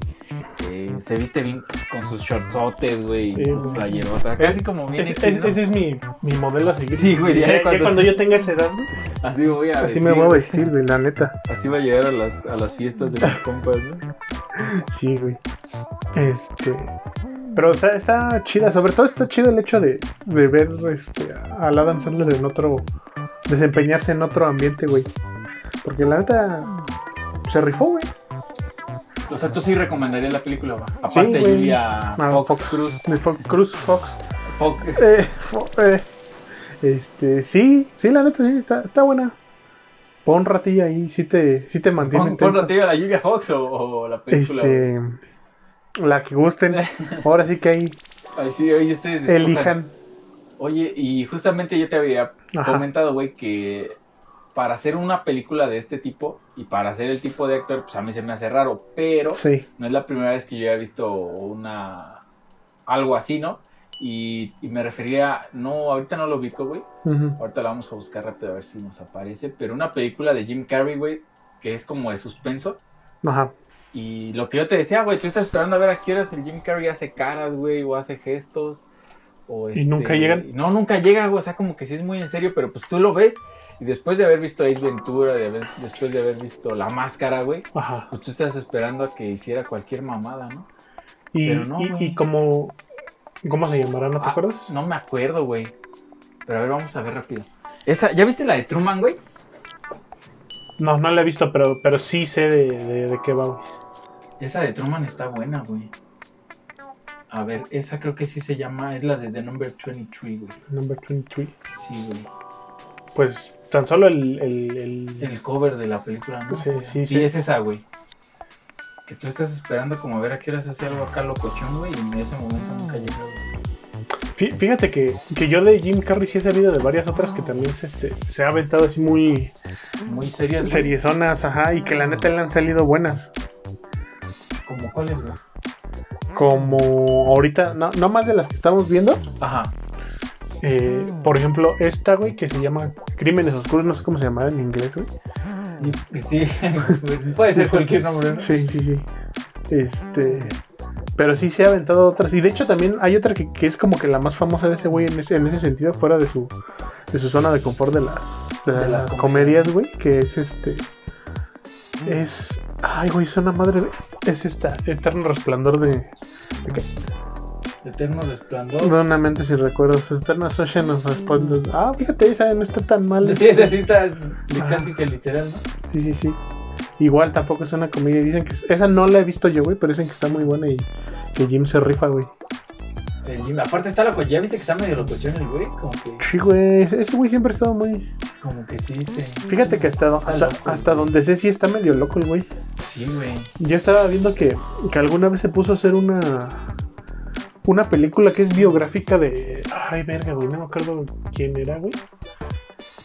Speaker 3: eh, se viste bien con sus shortsotes, güey, y
Speaker 1: Sí,
Speaker 3: su
Speaker 1: güey.
Speaker 3: playerota. Casi como bien.
Speaker 1: Ese,
Speaker 3: equis,
Speaker 1: ese-
Speaker 3: ¿no?
Speaker 1: ese es mi, mi modelo a seguir.
Speaker 3: Sí, güey, ya
Speaker 1: Ya, ya
Speaker 3: cuando-
Speaker 1: cuando... yo tenga esa edad, güey,
Speaker 3: Así voy a
Speaker 1: así
Speaker 3: vestir,
Speaker 1: me voy a
Speaker 3: güey.
Speaker 1: vestir, güey, la neta.
Speaker 3: Así voy a llegar a las, a las fiestas de mis compas, ¿no?
Speaker 1: Sí, güey. Este. Pero está, está chida, sobre todo está chido el hecho de, de ver este, al Adam Sandler en otro. desempeñarse en otro ambiente, güey. Porque la neta. se rifó, güey.
Speaker 2: O sea, tú sí recomendarías la película, va. Aparte de
Speaker 1: güey.
Speaker 2: Julia
Speaker 1: Ah,
Speaker 2: Fox,
Speaker 1: Fox.
Speaker 2: Cruz.
Speaker 1: De Fo- Cruz Fox.
Speaker 2: Fox.
Speaker 1: Eh, fo- eh, este, sí, sí, la neta, sí, está, está buena. Pon un ratillo ahí, sí te, sí te mantiene.
Speaker 2: Pon, pon
Speaker 1: tenso.
Speaker 2: ratillo a la Julia Fox o, o la película.
Speaker 1: Este, la que gusten. Ahora sí que ahí
Speaker 2: güey. Ay, sí, oye, ustedes escojan.
Speaker 1: elijan.
Speaker 2: Oye, y justamente yo te había
Speaker 1: Ajá.
Speaker 2: comentado, güey, que para hacer una película de este tipo y para hacer el tipo de actor, pues a mí se me hace raro, pero
Speaker 1: Sí,
Speaker 2: no es la primera vez que yo he visto una algo así, ¿no? Y, y me refería, no, ahorita no lo ubico, güey.
Speaker 1: ujú.
Speaker 2: Ahorita la vamos a buscar rápido a ver si nos aparece, pero una película de Jim Carrey, güey, que es como de suspenso.
Speaker 1: ajá,
Speaker 2: Y lo que yo te decía, güey, tú estás esperando a ver a qué horas el Jim Carrey hace caras, güey, o hace gestos. O este,
Speaker 1: ¿Y nunca llegan?
Speaker 2: No, nunca llega, güey. O sea, como que sí es muy en serio, pero pues tú lo ves. Y después de haber visto Ace Ventura, de haber- después de haber visto La Máscara, güey,
Speaker 1: ajá.
Speaker 2: pues tú estás esperando a que hiciera cualquier mamada, ¿no?
Speaker 1: Y,
Speaker 2: Pero no,
Speaker 1: y- y
Speaker 2: güey.
Speaker 1: como, ¿cómo se llamará? ¿No te
Speaker 2: Ah,
Speaker 1: acuerdas?
Speaker 2: No me acuerdo, güey. Pero a ver, vamos a ver rápido. Esa, ¿Ya viste la de Truman, güey?
Speaker 1: No, no la he visto, pero, pero sí sé de, de, de qué va, güey.
Speaker 2: Esa de Truman está buena, güey. A ver, esa creo que sí se llama, es la de The Number 23, güey.
Speaker 1: Number 23.
Speaker 2: Sí, güey.
Speaker 1: Pues tan solo el. el, el-
Speaker 2: El cover de la película, ¿no?
Speaker 1: Sí, sí,
Speaker 2: Sí,
Speaker 1: sí.
Speaker 2: es esa, güey. Que tú estás esperando como a ver a qué horas hace algo acá locochón, güey, y en ese
Speaker 1: Mm.
Speaker 2: momento nunca llega, güey.
Speaker 1: Fí- Fíjate que, que yo de Jim Carrey sí he sabido de varias otras
Speaker 2: Ah.
Speaker 1: que también se, este, se ha aventado así muy
Speaker 2: Muy serias, güey.
Speaker 1: seriezonas, ajá, y que
Speaker 2: Ah.
Speaker 1: la neta le han salido buenas.
Speaker 2: Como cuáles, güey.
Speaker 1: Como ahorita, no, no más de las que estamos viendo.
Speaker 2: Ajá.
Speaker 1: eh, por ejemplo, esta, güey, que se llama Crímenes Oscuros, no sé cómo se llamará en inglés, güey.
Speaker 2: Y- y Sí, puede ser cualquier nombre, ¿no?
Speaker 1: Sí, sí, sí. Este. Pero sí se ha aventado otras. Y de hecho también hay otra que, que es como que la más famosa de ese güey en ese, en ese sentido, fuera de su, de su zona de confort de las, de
Speaker 2: De
Speaker 1: las
Speaker 2: las
Speaker 1: comedias, güey. Que es este. Es. Ay, güey, es una madre. de- Es esta. Eterno resplandor de,
Speaker 2: Eterno Resplandor.
Speaker 1: de una mente sin recuerdos. Eterno Ocean of Spoilers. Ah, fíjate, esa no está tan mal.
Speaker 2: Sí, esa sí está de casi que literal, ¿no?
Speaker 1: Sí, sí, sí. Igual tampoco es una comedia. Dicen que es- esa no la he visto yo, güey, pero dicen que está muy buena y que Jim se rifa, güey.
Speaker 2: El Jim. Aparte está loco, ya viste que está medio locochón el güey, como que,
Speaker 1: Sí, güey. Ese ese güey siempre ha estado muy.
Speaker 2: como que sí, sí.
Speaker 1: Fíjate que hasta, hasta,
Speaker 2: loco,
Speaker 1: hasta
Speaker 2: güey.
Speaker 1: donde sé, sí está medio loco el güey.
Speaker 2: Sí, güey.
Speaker 1: Yo estaba viendo que, que alguna vez se puso a hacer una. Una película que es biográfica de. Ay, verga, güey. No me acuerdo quién era, güey.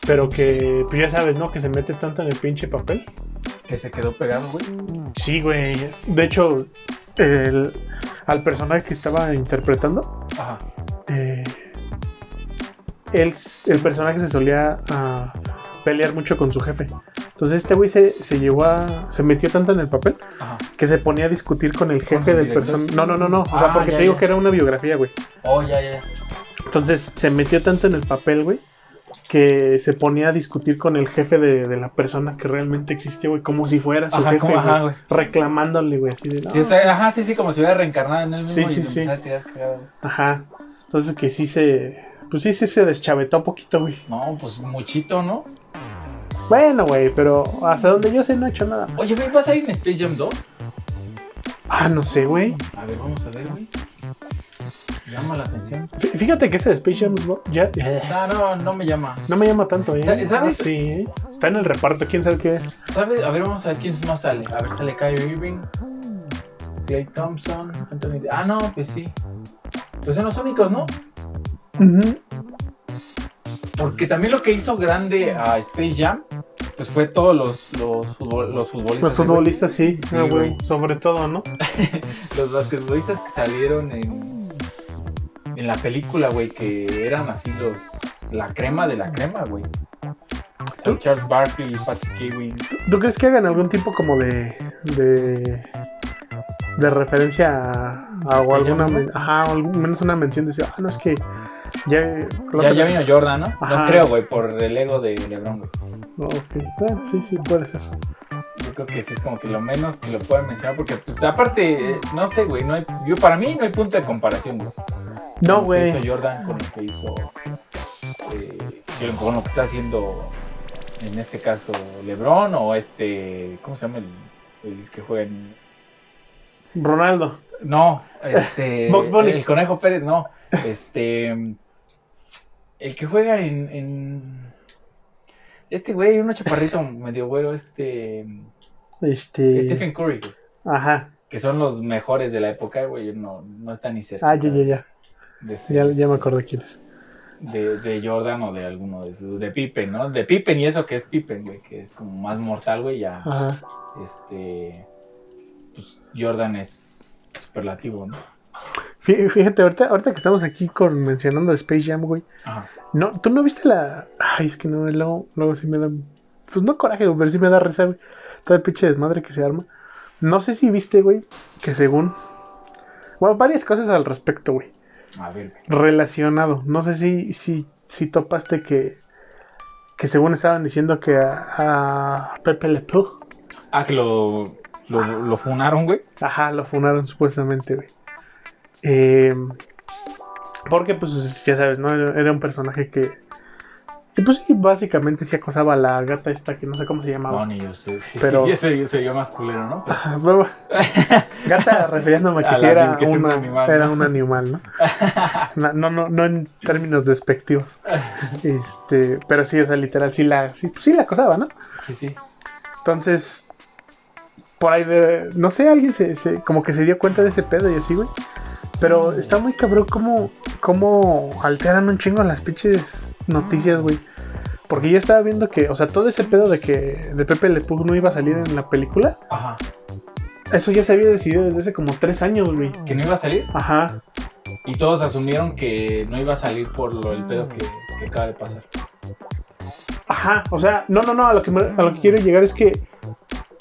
Speaker 1: Pero que, pues ya sabes, ¿no? Que se mete tanto en el pinche papel.
Speaker 2: Que se quedó pegado, güey.
Speaker 1: Sí, güey. De hecho, el- al personaje que estaba interpretando,
Speaker 2: Ajá.
Speaker 1: eh, él s- el personaje se solía ah, pelear mucho con su jefe. Entonces este güey se, se llevó a... Se metió tanto en el papel
Speaker 2: Ajá.
Speaker 1: que se ponía a discutir con el jefe
Speaker 2: el
Speaker 1: del
Speaker 2: director?
Speaker 1: personaje. No, no, no, no. O sea,
Speaker 2: Ah,
Speaker 1: porque
Speaker 2: ya,
Speaker 1: te digo
Speaker 2: ya.
Speaker 1: que era una biografía, güey.
Speaker 2: Oh, ya, ya.
Speaker 1: Entonces se metió tanto en el papel, güey, que se ponía a discutir con el jefe de, de la persona que realmente existía, güey, como si fuera su
Speaker 4: Ajá,
Speaker 1: jefe,
Speaker 4: como,
Speaker 1: güey,
Speaker 4: ajá, güey.
Speaker 1: reclamándole, güey, así de, "No,
Speaker 2: Sí, o sea, ajá, sí, sí, como si hubiera reencarnado en él mismo
Speaker 1: Sí,
Speaker 2: y
Speaker 1: sí,
Speaker 2: le
Speaker 1: sí.
Speaker 2: empezaba a tirar cagada.
Speaker 1: Ajá. Entonces que sí se. Pues sí, sí se deschavetó poquito, güey.
Speaker 2: No, pues muchito, ¿no?
Speaker 1: Bueno, güey, pero hasta donde yo sé no he hecho nada.
Speaker 2: Oye, güey, ¿vas a ir en Space Jam 2?
Speaker 1: Ah, no sé, güey.
Speaker 2: A ver, vamos a ver, güey. Llama la atención.
Speaker 1: Fí- Fíjate que ese de Space Jam no, ya, eh,
Speaker 2: No, no, no me llama.
Speaker 1: no me llama tanto,
Speaker 2: Sa-
Speaker 1: ¿eh?
Speaker 2: ¿sabes?
Speaker 1: Ah, sí, ¿eh? Está en el reparto, quién sabe qué.
Speaker 2: ¿Sabes? A ver, vamos a ver quién más sale. A ver, sale Kyrie Irving, Clay Thompson, Anthony. Ah, no, pues sí. Pues son los únicos, ¿no?
Speaker 1: Ujú.
Speaker 2: Porque también lo que hizo grande a Space Jam, pues fue todos los, los, futbol- los futbolistas. ¿eh,
Speaker 1: Los
Speaker 2: güey.
Speaker 1: futbolistas, sí.
Speaker 2: Sí,
Speaker 1: ah, güey,
Speaker 2: güey.
Speaker 1: Sobre todo, ¿no?
Speaker 2: Los basquetbolistas que salieron en, en la película, güey, que eran así los. La crema de la crema, güey. O sea, Charles Barkley, Patrick Ewing.
Speaker 1: ¿Tú- ¿Tú crees que hagan algún tipo como de. de. de referencia a. a- o
Speaker 2: ¿Space
Speaker 1: alguna.
Speaker 2: Jam, no?
Speaker 1: men- Ajá, o algún- menos una mención de decir, ah, no, es que. Ya.
Speaker 2: Ya, ya vino Jordan, ¿no? No
Speaker 1: Ajá.
Speaker 2: creo, güey, por el ego de LeBron, güey.
Speaker 1: No, ok. Bueno, sí, sí, puede ser.
Speaker 2: Yo creo que sí es como que lo menos que lo pueden mencionar, porque pues aparte, eh, no sé, güey, no hay, yo para mí no hay punto de comparación, güey.
Speaker 1: No,
Speaker 2: Lo que
Speaker 1: güey.
Speaker 2: hizo Jordan con lo que hizo, eh, con- con lo que está haciendo, en este caso, LeBron o este, ¿cómo se llama el, el que juega en...
Speaker 1: Ronaldo.
Speaker 2: No, este...
Speaker 1: Bugs Bunny.
Speaker 2: El Conejo Pérez, no. Este... El que juega en... en- Este güey, uno chaparrito medio güero, este...
Speaker 1: Este.
Speaker 2: Stephen Curry, güey.
Speaker 1: Ajá.
Speaker 2: que son los mejores de la época, güey, no, no está ni cerca
Speaker 1: Ah, ya, ya, ya.
Speaker 2: De, ese-
Speaker 1: Ya, ya me acordé quién es.
Speaker 2: de- de Jordan o de alguno de esos, de Pippen, ¿no? De Pippen y eso que es Pippen, güey, que es como más mortal, güey, ya,
Speaker 1: Ajá.
Speaker 2: este, pues Jordan es superlativo, ¿no?
Speaker 1: Fí- Fíjate, ahorita, ahorita que estamos aquí con mencionando Space Jam, güey.
Speaker 2: Ajá.
Speaker 1: No, tú no viste la. Ay, es que no, luego, luego sí me da. Pues no coraje, güey, pero sí me da risa, güey. Todo el pinche desmadre que se arma. No sé si viste, güey, que según. Bueno, varias cosas al respecto, güey.
Speaker 2: A ver, güey.
Speaker 1: relacionado. No sé si, si, si topaste que, que según estaban diciendo que a, a Pepe Le Pew,
Speaker 2: Ah, que lo, lo, lo funaron, güey.
Speaker 1: ajá, lo funaron supuestamente, güey. Eh, porque, pues, ya sabes, ¿no? Era era un personaje que, que, pues, sí, básicamente sí acosaba a la gata esta que no sé cómo se llamaba.
Speaker 2: No, ni yo sé. güey.
Speaker 1: Ah. Pero-
Speaker 2: Sí, ese se vio más culero, ¿no?
Speaker 1: Ajá, bueno, Gata refiriéndome a
Speaker 2: A
Speaker 1: que
Speaker 2: la
Speaker 1: sí era,
Speaker 2: que es un
Speaker 1: una-
Speaker 2: animal,
Speaker 1: era
Speaker 2: ¿no?
Speaker 1: un animal, ¿no? No, no, no, no en términos despectivos. Este, pero sí, o sea, literal, sí la, sí, pues sí la acosaba, ¿no?
Speaker 2: Sí, sí.
Speaker 1: Entonces, por ahí de, no sé, alguien se, se- como que se dio cuenta de ese pedo y así, güey. Pero está muy cabrón cómo, cómo alteran un chingo las pinches noticias, güey. Porque yo estaba viendo que, o sea, todo ese pedo de que de Pepe Le Pug no iba a salir en la película,
Speaker 2: Ajá.
Speaker 1: eso ya se había decidido desde hace como tres años, güey.
Speaker 2: Que no iba a salir.
Speaker 1: Ajá.
Speaker 2: Y todos asumieron que no iba a salir por lo, el pedo que, que acaba de pasar.
Speaker 1: Ajá, o sea, no, no, no, a lo que, me- a lo que quiero llegar es que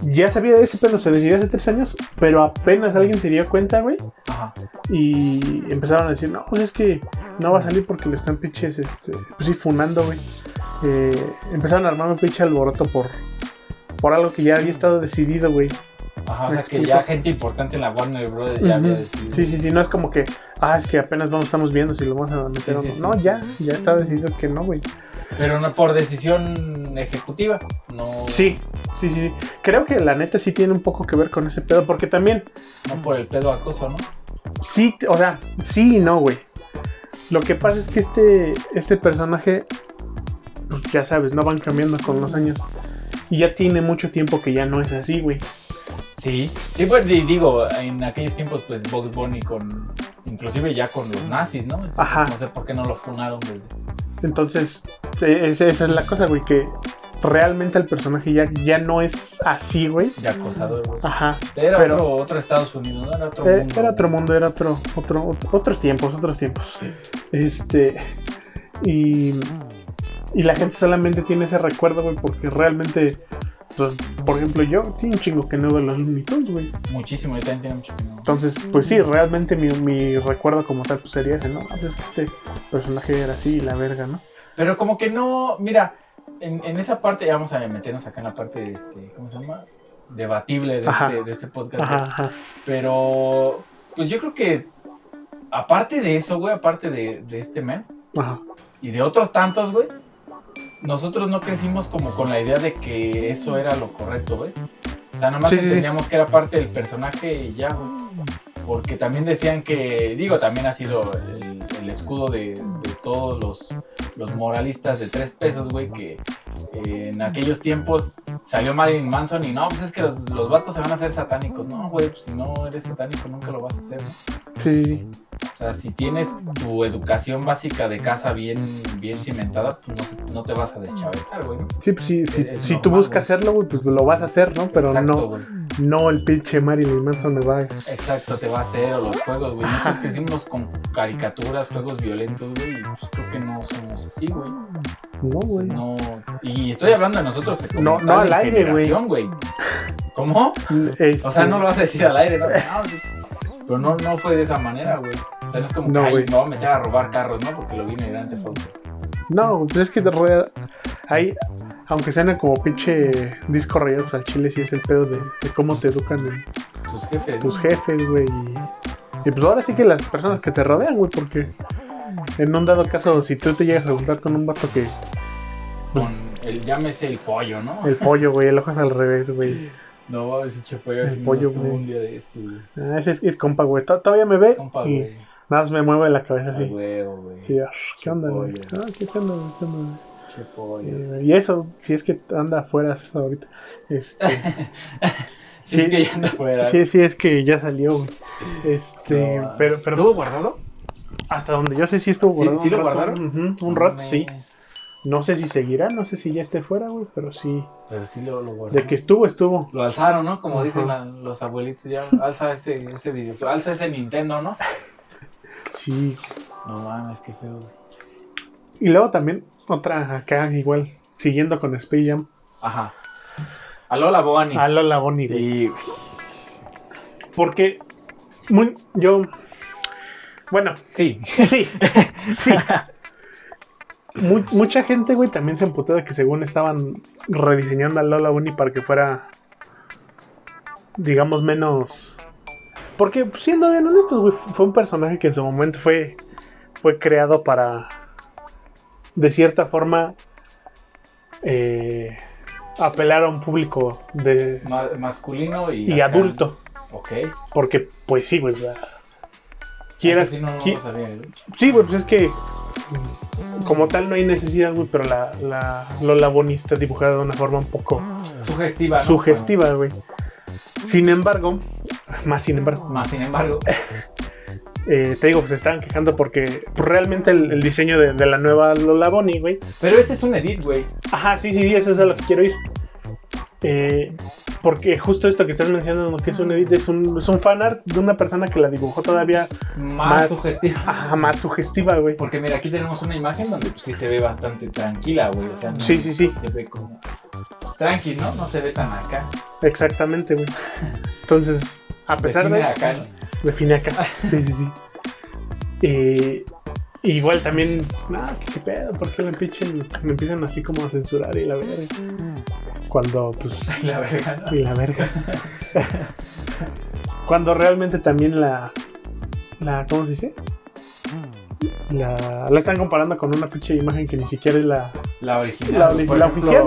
Speaker 1: ya sabía de ese pedo, se decidió hace tres años, pero apenas alguien se dio cuenta, güey,
Speaker 2: Ajá.
Speaker 1: y empezaron a decir, no, pues es que no va a salir porque lo están pinches, este, pues sí, funando, güey. Eh, empezaron a armar un pinche alboroto por, por algo que ya había estado decidido, güey.
Speaker 2: Ajá, o
Speaker 1: ¿Me
Speaker 2: sea que
Speaker 1: explico?
Speaker 2: ya gente importante en la Warner Bros. ya había
Speaker 1: Ujú.
Speaker 2: decidido.
Speaker 1: Sí, sí, sí, no es como que, ah, es que apenas vamos, estamos viendo si lo vamos a meter
Speaker 2: Sí,
Speaker 1: o no.
Speaker 2: sí,
Speaker 1: no,
Speaker 2: sí.
Speaker 1: ya, ya estaba decidido que no, güey.
Speaker 2: Pero no por decisión ejecutiva. No,
Speaker 1: Sí, sí, sí. sí. Creo que la neta sí tiene un poco que ver con ese pedo, porque también,
Speaker 2: no por el pedo acoso, ¿no?
Speaker 1: sí, o sea, sí y no, güey. Lo que pasa es que este, este personaje, pues ya sabes, no van cambiando con los años. Y ya tiene mucho tiempo que ya no es así, güey.
Speaker 2: Sí. Sí, pues y digo, en aquellos tiempos, pues Box Bunny con. Inclusive ya con los nazis, ¿no? Entonces,
Speaker 1: Ajá.
Speaker 2: No sé por qué no lo funaron desde.
Speaker 1: Entonces, e- esa esa es la cosa, güey, que realmente el personaje ya, ya no es así, güey.
Speaker 2: de acosador, güey.
Speaker 1: Ajá.
Speaker 2: Era
Speaker 1: Ah, pero-
Speaker 2: otro, otro Estados Unidos, ¿no? Era otro
Speaker 1: Eh,
Speaker 2: mundo.
Speaker 1: Era otro mundo, era otro, otro, otro- otros tiempos, otros tiempos. Este. Y. Y la gente solamente tiene ese recuerdo, güey, porque realmente. pues, por ejemplo, yo tiene un chingo que no veo los Looney Tunes, güey.
Speaker 2: Muchísimo, yo también tenía mucho que no.
Speaker 1: Entonces, pues sí, realmente mi, mi recuerdo como tal pues, sería ese, ¿no? Ah, pues, Es que este personaje era así y la verga, ¿no?
Speaker 2: Pero como que no, mira, en, en esa parte, ya vamos a meternos acá en la parte, este, ¿cómo se llama? Debatible de,
Speaker 1: Ajá.
Speaker 2: este, de este podcast.
Speaker 1: Ajá, ajá.
Speaker 2: Pero, pues yo creo que, aparte de eso, güey, aparte de, de este men
Speaker 1: ajá.
Speaker 2: y de otros tantos, güey, nosotros no crecimos como con la idea de que eso era lo correcto, güey. O sea, nada más
Speaker 1: Sí, sí, sí.
Speaker 2: entendíamos que era parte del personaje y ya, güey. Porque también decían que, digo, también ha sido el, el escudo de, de todos los, los moralistas de tres pesos, güey, que eh, en aquellos tiempos salió Marilyn Manson y no, pues es que los, los vatos se van a hacer satánicos. No, güey, pues si no eres satánico nunca lo vas a hacer, ¿no?
Speaker 1: Sí, sí, sí.
Speaker 2: O sea, si tienes tu educación básica de casa bien, bien cimentada, pues no, no te vas a deschavetar, güey. Eh, ¿no?
Speaker 1: Sí, pues sí, sí,
Speaker 2: Es
Speaker 1: si tú
Speaker 2: normal,
Speaker 1: buscas hacerlo, güey, pues lo vas a hacer, ¿no? Pero
Speaker 2: Exacto,
Speaker 1: no,
Speaker 2: güey.
Speaker 1: no el pinche Marilyn Manson me va a...
Speaker 2: Exacto, te va a hacer o los juegos, güey. Muchos crecimos con caricaturas, juegos violentos, güey. Y pues creo que no somos así, güey.
Speaker 1: No, güey.
Speaker 2: No. Y estoy hablando de nosotros. como
Speaker 1: No,
Speaker 2: tal
Speaker 1: no al
Speaker 2: de
Speaker 1: aire, güey.
Speaker 2: generación, güey. ¿Cómo?
Speaker 1: Este,
Speaker 2: O sea, no lo vas a decir al aire, ¿no? No, pues, pero no, no fue de esa manera, güey. O sea, no es como
Speaker 1: No,
Speaker 2: que "Ay,
Speaker 1: güey.
Speaker 2: me voy a meter a robar carros, ¿no? Porque lo vi en el Grand Theft Auto.
Speaker 1: No, pues es que de re- ahí, aunque suena como pinche disco rayado, pues al chile sí es el pedo de, de cómo te educan en-
Speaker 2: Tus jefes.
Speaker 1: tus jefes, güey. Y, y pues ahora sí que las personas que te rodean, güey, porque en un dado caso, si tú te llegas a juntar con un vato que
Speaker 2: Con el, llámese el pollo, ¿no?
Speaker 1: el pollo, güey, el ojo es al revés, güey.
Speaker 2: No, ese che pollo
Speaker 1: El
Speaker 2: sí nos
Speaker 1: pollo,
Speaker 2: tuvo
Speaker 1: güey.
Speaker 2: un día de este, güey.
Speaker 1: Ah, ese es, es compa, güey. to- Todavía me ve
Speaker 2: Compa,
Speaker 1: y
Speaker 2: güey.
Speaker 1: nada más me mueve la cabeza
Speaker 2: A
Speaker 1: así.
Speaker 2: huevo, güey.
Speaker 1: Y yo, "Ah, ¿Qué onda, güey?
Speaker 2: Pollo.
Speaker 1: Ah, ¿qué, qué onda, güey? ¿Qué onda, güey?
Speaker 2: Che pollo.
Speaker 1: Eh, y eso, si es que anda afuera ahorita. Este,
Speaker 2: Sí, es que ya anda fuera.
Speaker 1: sí, sí, es que ya salió, güey. Este,
Speaker 2: No,
Speaker 1: pero, pero
Speaker 5: ¿Estuvo guardado?
Speaker 1: hasta donde yo sé si estuvo
Speaker 2: ¿Sí-
Speaker 1: guardado.
Speaker 2: sí
Speaker 1: un
Speaker 2: lo
Speaker 1: rato.
Speaker 2: guardaron?
Speaker 1: Ujú, un
Speaker 2: No
Speaker 1: rato, sí.
Speaker 2: mames.
Speaker 1: No sé si seguirá, no sé si ya esté fuera, güey, pero sí.
Speaker 2: Pero sí lo, lo guardaron.
Speaker 1: De que estuvo, estuvo.
Speaker 2: Lo alzaron, ¿no? Como
Speaker 1: Ajá.
Speaker 2: dicen la- los abuelitos, ya alza ese, ese video, alza ese Nintendo, ¿no?
Speaker 1: Sí.
Speaker 2: No mames, qué feo, güey.
Speaker 1: Y luego también otra acá, igual, siguiendo con Space Jam.
Speaker 2: Ajá. Aló la Boani.
Speaker 1: A Lola Bonnie, güey.
Speaker 2: Y
Speaker 1: Porque muy, yo. Bueno,
Speaker 2: sí.
Speaker 1: sí, sí. Mu- mucha gente, güey, también se emputó de que según estaban rediseñando a Lola Bunny para que fuera, digamos, menos... Porque, pues, siendo bien honestos, güey, fue un personaje que en su momento fue, fue creado para, de cierta forma, eh, apelar a un público de,
Speaker 2: Ma- masculino y.
Speaker 1: y
Speaker 2: acá.
Speaker 1: adulto.
Speaker 2: Ok.
Speaker 1: Porque, pues sí, güey, o sea, quieras...
Speaker 2: Eso sí, no, no
Speaker 1: qui-
Speaker 2: lo sabía, ¿eh?
Speaker 1: Sí, güey, pues es que como tal no hay necesidad, güey, pero la, la Lola Bonnie está dibujada de una forma un poco
Speaker 2: Sugestiva, ¿no?
Speaker 1: sugestiva, güey. Sin embargo, más sin embargo,
Speaker 2: Bueno, más sin embargo.
Speaker 1: eh, te digo, pues se estaban quejando porque pues, realmente el, el diseño de, de la nueva Lola Bonnie, güey.
Speaker 2: Pero ese es un edit, güey.
Speaker 1: Ajá, sí, sí, sí, eso es a lo que quiero ir. Eh, porque justo esto que estás mencionando, que es un edit, es un, es un fanart de una persona que la dibujó todavía
Speaker 2: Más,
Speaker 1: Más-
Speaker 2: sugestiva.
Speaker 1: ajá, más sugestiva, güey.
Speaker 2: Porque mira, aquí tenemos una imagen donde pues, sí se ve bastante tranquila, güey. O sea, no-
Speaker 1: Sí, sí, sí.
Speaker 2: Se ve como. pues, tranqui, ¿no? No se ve tan acá.
Speaker 1: Exactamente, güey. Entonces, a pesar de...
Speaker 2: Define acá, ¿no?
Speaker 1: De Finaca. Sí, sí, sí. Eh, igual también. No, ¿qué, qué pedo, ¿por qué me, pinchen- me empiezan así como a censurar y la verga? Cuando, pues.
Speaker 2: La verga, ¿no?
Speaker 1: Y la verga. Cuando realmente también la. la ¿Cómo se dice? La, la están comparando con una pinche imagen que ni siquiera es la,
Speaker 2: La original.
Speaker 1: la,
Speaker 2: güey. Ah, Por
Speaker 1: la
Speaker 2: ejemplo,
Speaker 1: oficial,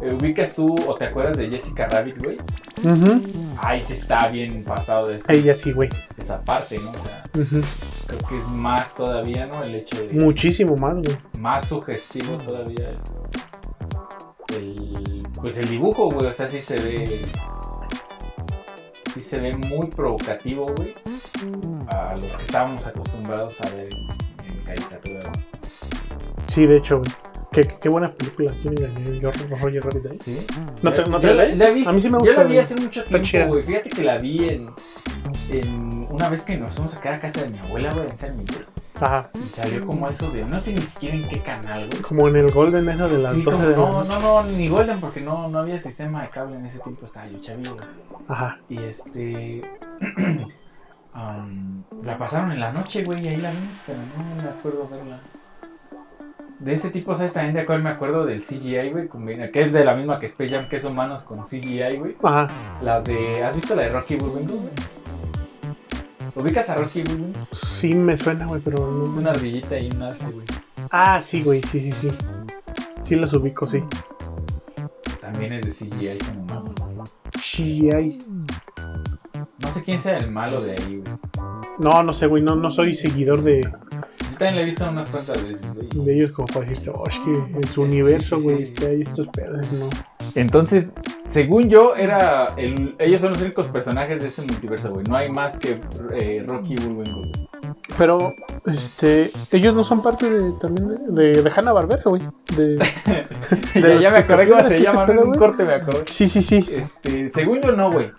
Speaker 1: güey.
Speaker 2: eh, ¿Ubicas tú o te acuerdas de Jessica Rabbit, güey?
Speaker 1: Ujú.
Speaker 2: Ahí sí está bien pasado de, esa-
Speaker 1: Ella sí, güey.
Speaker 2: de esa parte, ¿no? O sea,
Speaker 1: Ujú.
Speaker 2: creo que es más todavía, ¿no? El hecho de.
Speaker 1: Muchísimo más, güey.
Speaker 2: más sugestivo todavía el pues el dibujo güey o sea sí se ve sí se ve muy provocativo güey a lo que estábamos acostumbrados a ver en, en caricatura güey.
Speaker 1: Sí, de hecho, güey. Qué, qué buenas películas tiene yo, Roger Rabbit ahí.
Speaker 2: sí
Speaker 1: No te-
Speaker 2: Yo-
Speaker 1: no te-
Speaker 2: yo la, la vi-
Speaker 1: a mí sí me
Speaker 2: yo
Speaker 1: gusta,
Speaker 2: la vi
Speaker 1: güey.
Speaker 2: hace mucho
Speaker 1: Está
Speaker 2: tiempo
Speaker 1: chida.
Speaker 2: güey fíjate que la vi en, en una vez que nos fuimos a quedar a casa de mi abuela güey en San Miguel
Speaker 1: Ajá.
Speaker 2: y salió como eso de no sé ni siquiera en qué canal güey
Speaker 1: Como en el Golden esa de las
Speaker 2: Sí,
Speaker 1: 12
Speaker 2: como-
Speaker 1: de la
Speaker 2: no,
Speaker 1: noche.
Speaker 2: no, no, ni Golden porque no, no había sistema de cable en ese tiempo, estaba yo chavillo. güey.
Speaker 1: Ajá.
Speaker 2: Y este. am, la pasaron en la noche, güey, y ahí la vi, pero no me acuerdo verla. De ese tipo, ¿sabes? También de acuerdo, me acuerdo del CGI, güey, combina- que es de la misma que Space Jam, que es humanos con CGI, güey.
Speaker 1: Ajá.
Speaker 2: La de. ¿Has visto la de Rocky Bullwinkle, güey? ¿Ubicas a Rocky Bullwinkle?
Speaker 1: Sí me suena, güey, pero no.
Speaker 2: Es una ardillita y un alce, güey.
Speaker 1: Ah, sí, güey, sí, sí, sí. Sí los ubico, sí.
Speaker 2: También es de CGI con humanos.
Speaker 1: CGI.
Speaker 2: No sé quién sea el malo de ahí, güey.
Speaker 1: No, no sé, güey, no, no soy seguidor de,
Speaker 2: Yo también la he visto unas cuantas veces, güey.
Speaker 1: de ellos como para decirte, oh, es que en su
Speaker 2: Sí,
Speaker 1: universo,
Speaker 2: sí,
Speaker 1: güey,
Speaker 2: sí.
Speaker 1: está ahí estos pedos, ¿no?
Speaker 2: Entonces, según yo, era el- ellos son los únicos personajes de este multiverso, güey. No hay más que eh, Rocky Bullwinkle. güey.
Speaker 1: Pero, este, ellos no son parte de, también de, de, Hanna Barbera, güey. De,
Speaker 2: ya,
Speaker 1: los
Speaker 2: ya me acordé cómo
Speaker 1: picapiedras,
Speaker 2: se
Speaker 1: ese
Speaker 2: llaman.
Speaker 1: pedo,
Speaker 2: En un
Speaker 1: güey.
Speaker 2: corte me acordé.
Speaker 1: Sí, sí, sí.
Speaker 2: Este, según yo, no, güey.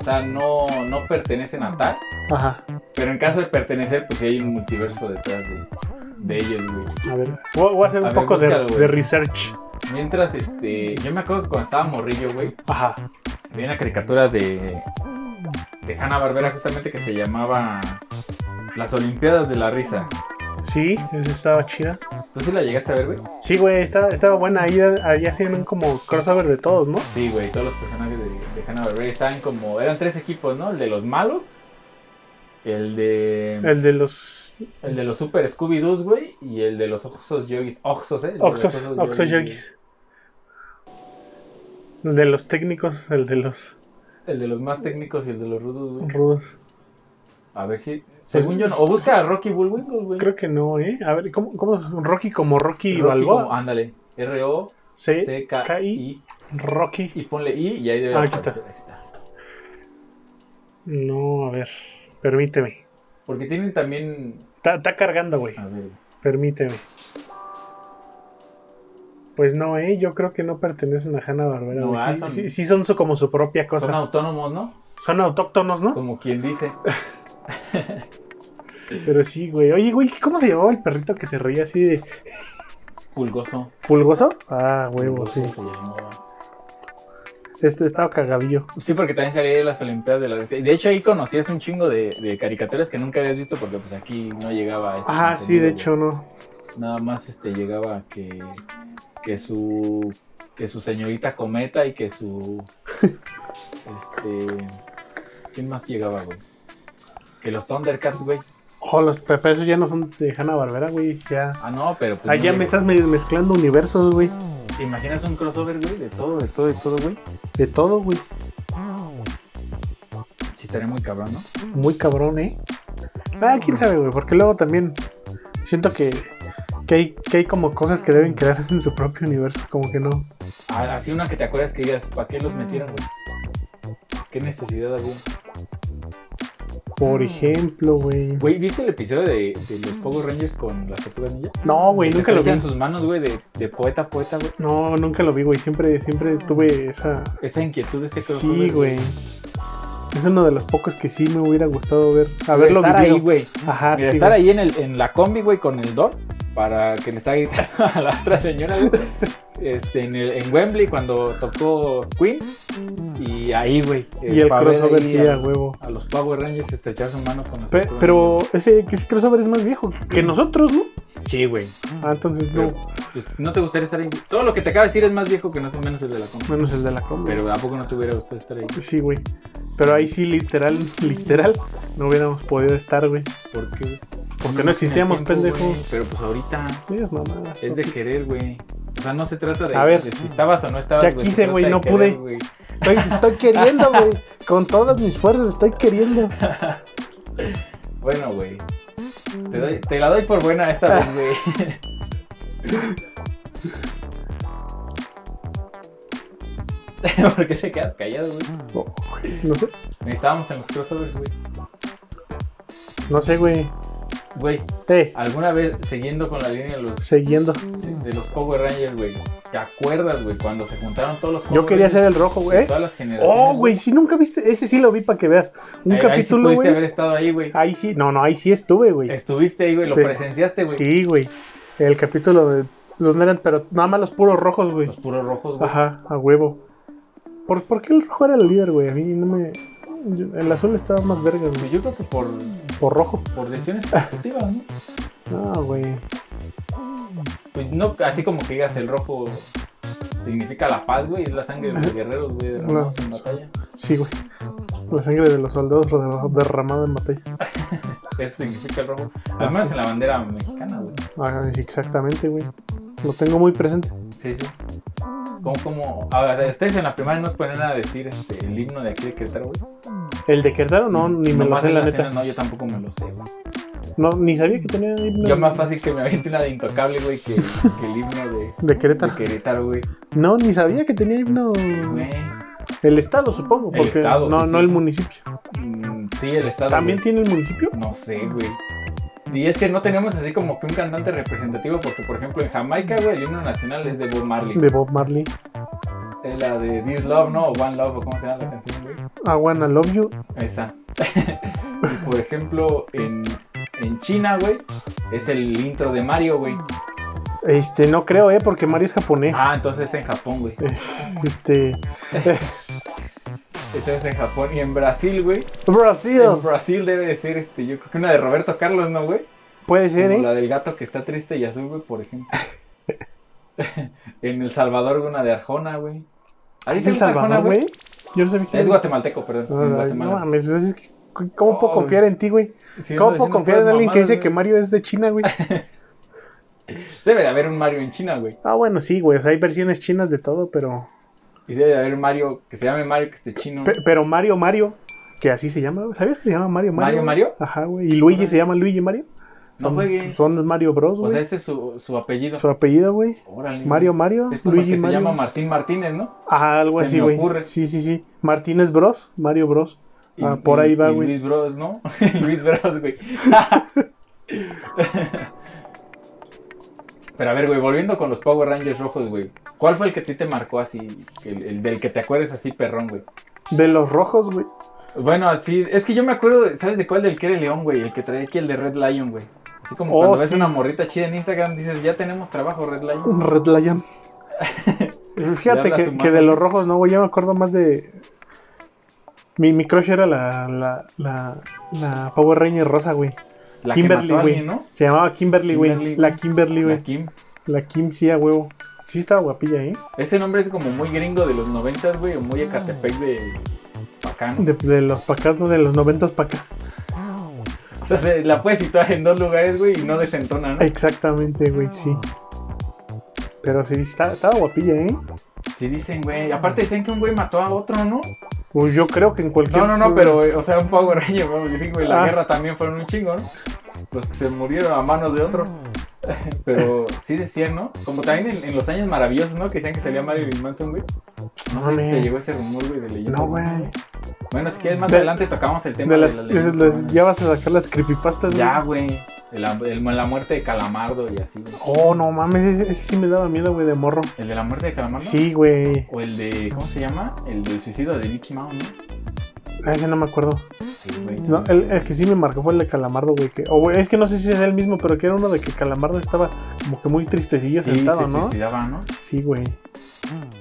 Speaker 2: O sea, no, no pertenecen a tal.
Speaker 1: Ajá.
Speaker 2: Pero en caso de pertenecer, pues sí hay un multiverso detrás de, de ellos, güey.
Speaker 1: A ver, voy, voy a hacer
Speaker 2: A
Speaker 1: un
Speaker 2: ver,
Speaker 1: poco de-
Speaker 2: búscalo,
Speaker 1: de,
Speaker 2: güey.
Speaker 1: research.
Speaker 2: Mientras, este. Yo me acuerdo que cuando estaba morrillo, güey.
Speaker 1: Ajá.
Speaker 2: Había una caricatura de. De Hanna Barbera, justamente que se llamaba. Las Olimpiadas de la Risa.
Speaker 1: Sí, esa estaba chida.
Speaker 2: ¿Tú sí la llegaste a ver, güey?
Speaker 1: Sí, güey, estaba, estaba buena. Ahí, ahí hacían un como crossover de todos, ¿no?
Speaker 2: Sí, güey, todos los personajes de, de Hanna-Barbera estaban como... Eran tres equipos, ¿no? El de los malos, el de...
Speaker 1: El de los
Speaker 2: El de los super Scooby-Doos, güey, y el de los Oxos Yogis. Oxos, ¿eh? El de los
Speaker 1: Oxos, Oxos
Speaker 2: güey.
Speaker 1: Yogis. El de los técnicos, el de los
Speaker 2: El de los más técnicos y el de los rudos, güey.
Speaker 1: rudos.
Speaker 2: A ver si... Según yo, no. O busca a Rocky Bullwinkle, güey.
Speaker 1: Creo que no, ¿eh? A ver, ¿cómo, cómo es? Rocky como Rocky,
Speaker 2: Rocky como- ah,
Speaker 1: Balboa?
Speaker 2: Ándale. R-O-C-K-I.
Speaker 1: Sí, K-I. Rocky.
Speaker 2: Y ponle I y ahí debe
Speaker 1: Ah, aquí está.
Speaker 2: aparecer, ahí está.
Speaker 1: No, a ver, permíteme.
Speaker 2: Porque tienen también...
Speaker 1: Está, está cargando, güey.
Speaker 2: A ver...
Speaker 1: Permíteme. Pues no, ¿eh? Yo creo que no pertenecen a Hanna Barbera.
Speaker 2: No, ah,
Speaker 1: sí,
Speaker 2: son-
Speaker 1: sí- sí son su, como su propia cosa.
Speaker 2: Son
Speaker 1: Son,
Speaker 2: autónomos, ¿no?
Speaker 1: autóctonos, ¿no?
Speaker 2: Como quien dice.
Speaker 1: Pero sí, güey. Oye, güey, ¿cómo se llamaba el perrito que se reía así de
Speaker 2: Pulgoso.
Speaker 1: pulgoso? Ah, huevo, sí.
Speaker 2: Pulgoso se llamaba.
Speaker 1: Este estaba cagadillo.
Speaker 2: Sí, porque también salí de las Olimpiadas de la De hecho, ahí conocías un chingo de, de caricaturas que nunca habías visto porque pues aquí no llegaba a eso.
Speaker 1: Ah, sí, de hecho, no.
Speaker 2: Nada más este llegaba que, que su que su señorita cometa y que su este ¿quién más llegaba, güey? Que los Thundercats, güey.
Speaker 1: Oh, los pepesos ya no son de Hanna Barbera, güey. Ya.
Speaker 2: Ah, no, pero pues
Speaker 1: Ah, ya
Speaker 2: no
Speaker 1: me
Speaker 2: llegó.
Speaker 1: estás medio mezclando universos, güey.
Speaker 2: ¿Te imaginas un crossover, güey? De todo, de todo, de todo, güey.
Speaker 1: De todo, güey.
Speaker 2: Sí, estaría muy cabrón, ¿no?
Speaker 1: Muy cabrón, ¿eh? Ah, quién sabe, güey. Porque luego también siento que, que, hay, que hay como cosas que deben quedarse en su propio universo. Como que no.
Speaker 2: Ah, Así una que te acuerdas que digas, ¿para qué los metieron, güey? ¿Qué necesidad alguna?
Speaker 1: Por ejemplo, güey.
Speaker 2: Güey, ¿viste el episodio de, de los Power Rangers con las tortugas ninja?
Speaker 1: No, güey,
Speaker 2: Que
Speaker 1: nunca lo
Speaker 2: se
Speaker 1: vi.
Speaker 2: echan sus manos, güey, de, de poeta a poeta, güey.
Speaker 1: No, nunca lo vi, güey. Siempre, siempre tuve esa.
Speaker 2: Esa inquietud de ese
Speaker 1: Sí, güey. Es uno de los pocos que sí me hubiera gustado ver.
Speaker 2: Verlo
Speaker 1: Haberlo
Speaker 2: estar
Speaker 1: vivido.
Speaker 2: ahí, güey.
Speaker 1: Ajá,
Speaker 2: De
Speaker 1: sí.
Speaker 2: estar
Speaker 1: güey.
Speaker 2: ahí en, el, en la combi, güey, con el Don, para que le está gritando a la otra señora, güey. Este, en, el, en Wembley, cuando tocó Queen. Y ahí, güey.
Speaker 1: Y el
Speaker 2: para ver
Speaker 1: crossover
Speaker 2: ahí
Speaker 1: sí,
Speaker 2: a,
Speaker 1: a huevo. Este
Speaker 2: a los Power Rangers estrechar su mano con las
Speaker 1: Pe-
Speaker 2: tortugas
Speaker 1: pero ese, que ese crossover es más viejo que nosotros, ¿no?
Speaker 2: ninja. Sí, güey.
Speaker 1: Ah, entonces no.
Speaker 2: Pero- ¿No te gustaría estar ahí? Todo lo que te acaba de decir es más viejo que nosotros, menos el de la combi.
Speaker 1: Menos el de la combi.
Speaker 2: Pero ¿a poco no te hubiera gustado estar ahí?
Speaker 1: Sí, güey. Pero ahí sí, literal, literal, no hubiéramos podido estar, güey.
Speaker 2: ¿Por qué?
Speaker 1: Porque no existíamos,
Speaker 2: Tiempo,
Speaker 1: pendejo.
Speaker 2: güey. Pero pues ahorita
Speaker 1: Dios, mamadas.
Speaker 2: es de querer, güey. O sea, no se trata de,
Speaker 1: A ver.
Speaker 2: de si estabas o no estabas.
Speaker 1: Ya
Speaker 2: se
Speaker 1: quise,
Speaker 2: trata
Speaker 1: güey,
Speaker 2: de
Speaker 1: no
Speaker 2: querer,
Speaker 1: pude.
Speaker 2: güey.
Speaker 1: Estoy, estoy queriendo, güey. Con todas mis fuerzas estoy queriendo.
Speaker 2: Bueno, güey. Te, doy- te la doy por buena esta vez, güey. ¿Por qué te quedas callado, güey?
Speaker 1: Oh, no sé,
Speaker 2: Estábamos en los crossovers, güey.
Speaker 1: no sé, güey.
Speaker 2: Güey,
Speaker 1: Eh,
Speaker 2: alguna vez, siguiendo con la línea de los
Speaker 1: siguiendo.
Speaker 2: Sí, de los Power Rangers, güey. ¿Te acuerdas, güey? Cuando se juntaron todos los Power
Speaker 1: Yo quería
Speaker 2: Rangers
Speaker 1: ser el rojo,
Speaker 2: de
Speaker 1: güey.
Speaker 2: Todas las generaciones.
Speaker 1: Oh, güey, si nunca viste. Ese sí lo vi para que veas. Un
Speaker 2: Ahí- ahí sí
Speaker 1: capítulo,
Speaker 2: pudiste
Speaker 1: güey.
Speaker 2: haber estado ahí, güey.
Speaker 1: Ahí sí, no, no, ahí sí estuve, güey.
Speaker 2: Estuviste ahí, güey. Lo
Speaker 1: Te-
Speaker 2: presenciaste, güey.
Speaker 1: Sí, güey. El capítulo de los eran, pero nada más los puros rojos, güey.
Speaker 2: Los puros rojos, güey.
Speaker 1: Ajá, a huevo. ¿Por, por qué el rojo era el líder, güey? A mí no me. yo- el azul estaba más verga, güey.
Speaker 2: Pues Yo creo que por,
Speaker 1: Por rojo.
Speaker 2: por decisiones ejecutivas, ¿no?
Speaker 1: No, güey.
Speaker 2: Pues no, así como que digas, el rojo significa la paz, güey. Es la sangre de los guerreros, güey, derramados en batalla.
Speaker 1: Sí, güey. La sangre de los soldados derra- derramada en batalla.
Speaker 2: Eso significa el rojo. Al menos en la bandera mexicana, güey.
Speaker 1: Ah, exactamente, güey. Lo tengo muy presente.
Speaker 2: Sí, sí. Como, como, a ver, ustedes en la primaria no os ponen a decir este, el himno de aquí de Querétaro, güey.
Speaker 1: El de Querétaro no, ni me lo
Speaker 2: Nomás
Speaker 1: sé,
Speaker 2: en
Speaker 1: la
Speaker 2: cena,
Speaker 1: neta.
Speaker 2: No, yo tampoco me lo sé, güey.
Speaker 1: No, ni sabía que tenía himno
Speaker 2: Yo más fácil que me aviente una de Intocable, güey, que, que el himno de,
Speaker 1: de Querétaro.
Speaker 2: de Querétaro, güey.
Speaker 1: No, ni sabía que tenía himno.
Speaker 2: Güey,
Speaker 1: El estado, supongo,
Speaker 2: El
Speaker 1: porque
Speaker 2: estado,
Speaker 1: no,
Speaker 2: sí,
Speaker 1: no
Speaker 2: sí.
Speaker 1: el municipio.
Speaker 2: mm, Sí, el estado.
Speaker 1: ¿También
Speaker 2: güey.
Speaker 1: tiene el municipio?
Speaker 2: No sé, güey. Y es que no tenemos así como que un cantante representativo, porque por ejemplo en Jamaica, güey, el himno nacional es de Bob Marley.
Speaker 1: De Bob Marley.
Speaker 2: Es la de This Love, ¿no? O One Love, o cómo se llama la canción, güey.
Speaker 1: I wanna love you.
Speaker 2: Esa. y por ejemplo, en, en China, güey, es el intro de Mario, güey.
Speaker 1: Este, no creo, ¿eh? Porque Mario es japonés.
Speaker 2: Ah, entonces es en Japón, güey.
Speaker 1: Este.
Speaker 2: Entonces en Japón y en Brasil, güey.
Speaker 1: Brasil.
Speaker 2: En Brasil debe de ser, este, yo creo que una de Roberto Carlos, ¿no, güey?
Speaker 1: Puede ser,
Speaker 2: Como
Speaker 1: ¿eh?
Speaker 2: la del gato que está triste y azul, güey, por ejemplo. en El Salvador, güey, una de Arjona, güey. Ahí
Speaker 1: ¿Es El Salvador, güey? Yo no sabía que
Speaker 2: Es guatemalteco, perdón. en
Speaker 1: Ay, No
Speaker 2: Guatemala.
Speaker 1: mames, es que, ¿cómo puedo
Speaker 2: Oh,
Speaker 1: confiar en ti, güey?
Speaker 2: Sí, ando
Speaker 1: ¿Cómo puedo
Speaker 2: diciendo
Speaker 1: confiar en
Speaker 2: puras
Speaker 1: alguien que dice
Speaker 2: mamadas,
Speaker 1: que
Speaker 2: güey.
Speaker 1: Mario es de China, güey?
Speaker 2: Debe de haber un Mario en China, güey.
Speaker 1: Ah, bueno, sí, güey. O sea, hay versiones chinas de todo, pero.
Speaker 2: Y debe de haber un Mario que se llame Mario, que esté chino.
Speaker 1: pe- pero Mario Mario, que así se llama, güey. ¿sabías que se llama Mario Mario?
Speaker 2: ¿Mario Mario?
Speaker 1: Ajá, güey. ¿Y Luigi se llama Luigi Mario?
Speaker 2: No
Speaker 1: Son-
Speaker 2: juegues.
Speaker 1: Son Mario Bros,
Speaker 2: O sea,
Speaker 1: güey.
Speaker 2: ese es su, su apellido.
Speaker 1: Su apellido, güey.
Speaker 2: Órale.
Speaker 1: Mario Mario,
Speaker 2: Es como
Speaker 1: Luigi
Speaker 2: que se
Speaker 1: Mario.
Speaker 2: llama Martín Martínez, ¿no?
Speaker 1: Ah, algo
Speaker 2: Se
Speaker 1: así,
Speaker 2: me
Speaker 1: güey.
Speaker 2: ocurre.
Speaker 1: Sí, sí, sí. Martínez Bros, Mario Bros.
Speaker 2: Y-
Speaker 1: Ah, por
Speaker 2: y-
Speaker 1: ahí va,
Speaker 2: y
Speaker 1: güey.
Speaker 2: Luis Bros, ¿no? Luis Bros, güey. Pero a ver, güey, volviendo con los Power Rangers rojos, güey. ¿Cuál fue el que a ti te marcó así? El, el del que te acuerdes así, perrón, güey.
Speaker 1: De los rojos, güey.
Speaker 2: Bueno, así. Es que yo me acuerdo, ¿sabes de cuál? Del que era el león, güey. El que traía aquí, el de Red Lion, güey. Así como
Speaker 1: Oh,
Speaker 2: cuando ves
Speaker 1: sí. Uh,
Speaker 2: una morrita chida en Instagram, dices, ya tenemos trabajo, Red Lion.
Speaker 1: Red Lion. Fíjate
Speaker 2: Le habla a su
Speaker 1: que,
Speaker 2: madre.
Speaker 1: que de los rojos, no, güey. Yo me acuerdo más de. Mi, mi crush era la, la, la, la Power Ranger rosa, güey.
Speaker 2: La
Speaker 1: Kimberly,
Speaker 2: que mató a
Speaker 1: güey.
Speaker 2: alguien, ¿no?
Speaker 1: Se llamaba Kimberly, güey.
Speaker 2: Kimberly,
Speaker 1: La
Speaker 2: güey.
Speaker 1: Kimberly,
Speaker 2: La
Speaker 1: güey.
Speaker 2: Kim.
Speaker 1: La Kim, sí, a huevo. Sí, estaba guapilla, ¿eh?
Speaker 2: Ese nombre es como muy gringo de los 90, güey, o
Speaker 1: Ah.
Speaker 2: muy Ecatepec de Pacano.
Speaker 1: De, de los pacas, no de los noventas para acá.
Speaker 2: O sea, se- la puedes situar en dos lugares, güey, y no desentona, ¿no?
Speaker 1: Exactamente, güey, sí. Pero sí, está- estaba guapilla, ¿eh?
Speaker 2: Sí dicen, güey. Aparte dicen que un güey mató a otro, ¿no?
Speaker 1: Pues yo creo que en cualquier.
Speaker 2: No, no, no, pero, güey, o sea, un Power Ranger, vamos a decir, güey, la
Speaker 1: Ah.
Speaker 2: guerra también fueron un chingo, ¿no? Los que se murieron a manos de otro. Pero sí decían, ¿no? Como también en, en los años maravillosos, ¿no? Que decían que salía Marilyn Manson, güey. No sé si
Speaker 1: Mames.
Speaker 2: te llegó ese rumor, güey, de leyenda.
Speaker 1: No, güey.
Speaker 2: Bueno, si quieres, más
Speaker 1: De-
Speaker 2: adelante tocamos el tema
Speaker 1: De
Speaker 2: de,
Speaker 1: las,
Speaker 2: la
Speaker 1: esas
Speaker 2: leyenda
Speaker 1: las- ya vas a sacar las creepypastas, güey.
Speaker 2: Ya, güey. El, el- la muerte de Calamardo y así, güey.
Speaker 1: Oh, no mames, ese, ese sí me daba miedo, güey, de morro.
Speaker 2: ¿El de la muerte de Calamardo?
Speaker 1: Sí, güey.
Speaker 2: O el de. ¿Cómo se llama? El del suicidio de Mickey Mouse, ¿no?
Speaker 1: Ah, Ese no me acuerdo.
Speaker 2: Sí, güey.
Speaker 1: No, el, el que sí me marcó fue el de Calamardo, güey. Que, o, güey, es que no sé si es el mismo, pero que era uno de que Calamardo estaba como que muy tristecillo
Speaker 2: Sí,
Speaker 1: sentado,
Speaker 2: se
Speaker 1: ¿no?
Speaker 2: suicidaba, ¿no?
Speaker 1: Sí, güey.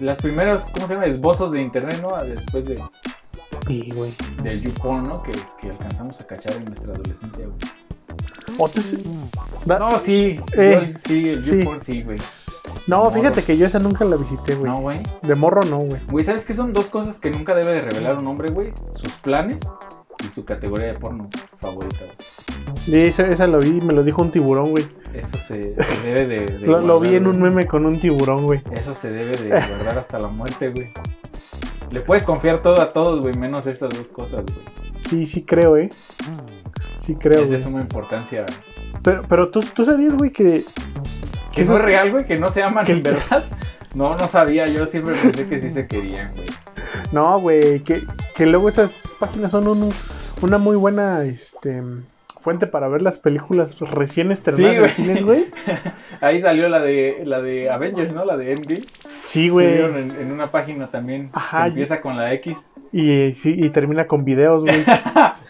Speaker 2: Los primeros, ¿cómo se llama? Esbozos de internet, ¿no? Después de,
Speaker 1: Sí, güey.
Speaker 2: del YouPorn, ¿no? Que, que alcanzamos a cachar en nuestra adolescencia, güey.
Speaker 1: Otro es- da- no,
Speaker 2: No, sí.
Speaker 1: Eh,
Speaker 2: yo- sí, el
Speaker 1: sí.
Speaker 2: YouPorn, sí, güey.
Speaker 1: fíjate que yo esa nunca la visité, güey.
Speaker 2: No, güey.
Speaker 1: De morro no, güey.
Speaker 2: Güey, ¿sabes qué son dos cosas que nunca debe de revelar un hombre, güey? Sus planes y su categoría de porno favorita, güey.
Speaker 1: Y esa, esa lo vi, me lo dijo un tiburón, güey.
Speaker 2: Eso se, se debe de. de
Speaker 1: Lo, lo vi
Speaker 2: guardar,
Speaker 1: en un
Speaker 2: güey.
Speaker 1: meme con un tiburón, güey.
Speaker 2: Eso se debe de guardar hasta la muerte, güey. Le puedes confiar todo a todos, güey, menos esas dos cosas, güey.
Speaker 1: Sí, sí creo, ¿eh? Sí creo,
Speaker 2: Es de
Speaker 1: güey.
Speaker 2: suma importancia.
Speaker 1: Pero, pero ¿tú, tú sabías, güey, que...
Speaker 2: Que
Speaker 1: eso
Speaker 2: no es real, güey, que no se aman,
Speaker 1: que
Speaker 2: en
Speaker 1: el-
Speaker 2: verdad. No, no sabía, yo siempre pensé que sí se querían, güey.
Speaker 1: No, güey, que, que luego esas páginas son un- una muy buena este, fuente para ver las películas recién estrenadas
Speaker 2: Sí,
Speaker 1: en
Speaker 2: güey.
Speaker 1: cines, güey.
Speaker 2: Ahí salió la de la de Avengers, ¿no? La de Endgame.
Speaker 1: Sí,
Speaker 2: Se
Speaker 1: güey.
Speaker 2: vieron en, en una página también.
Speaker 1: Ajá,
Speaker 2: que Empieza con la X.
Speaker 1: Y, eh, sí, y termina con videos, güey.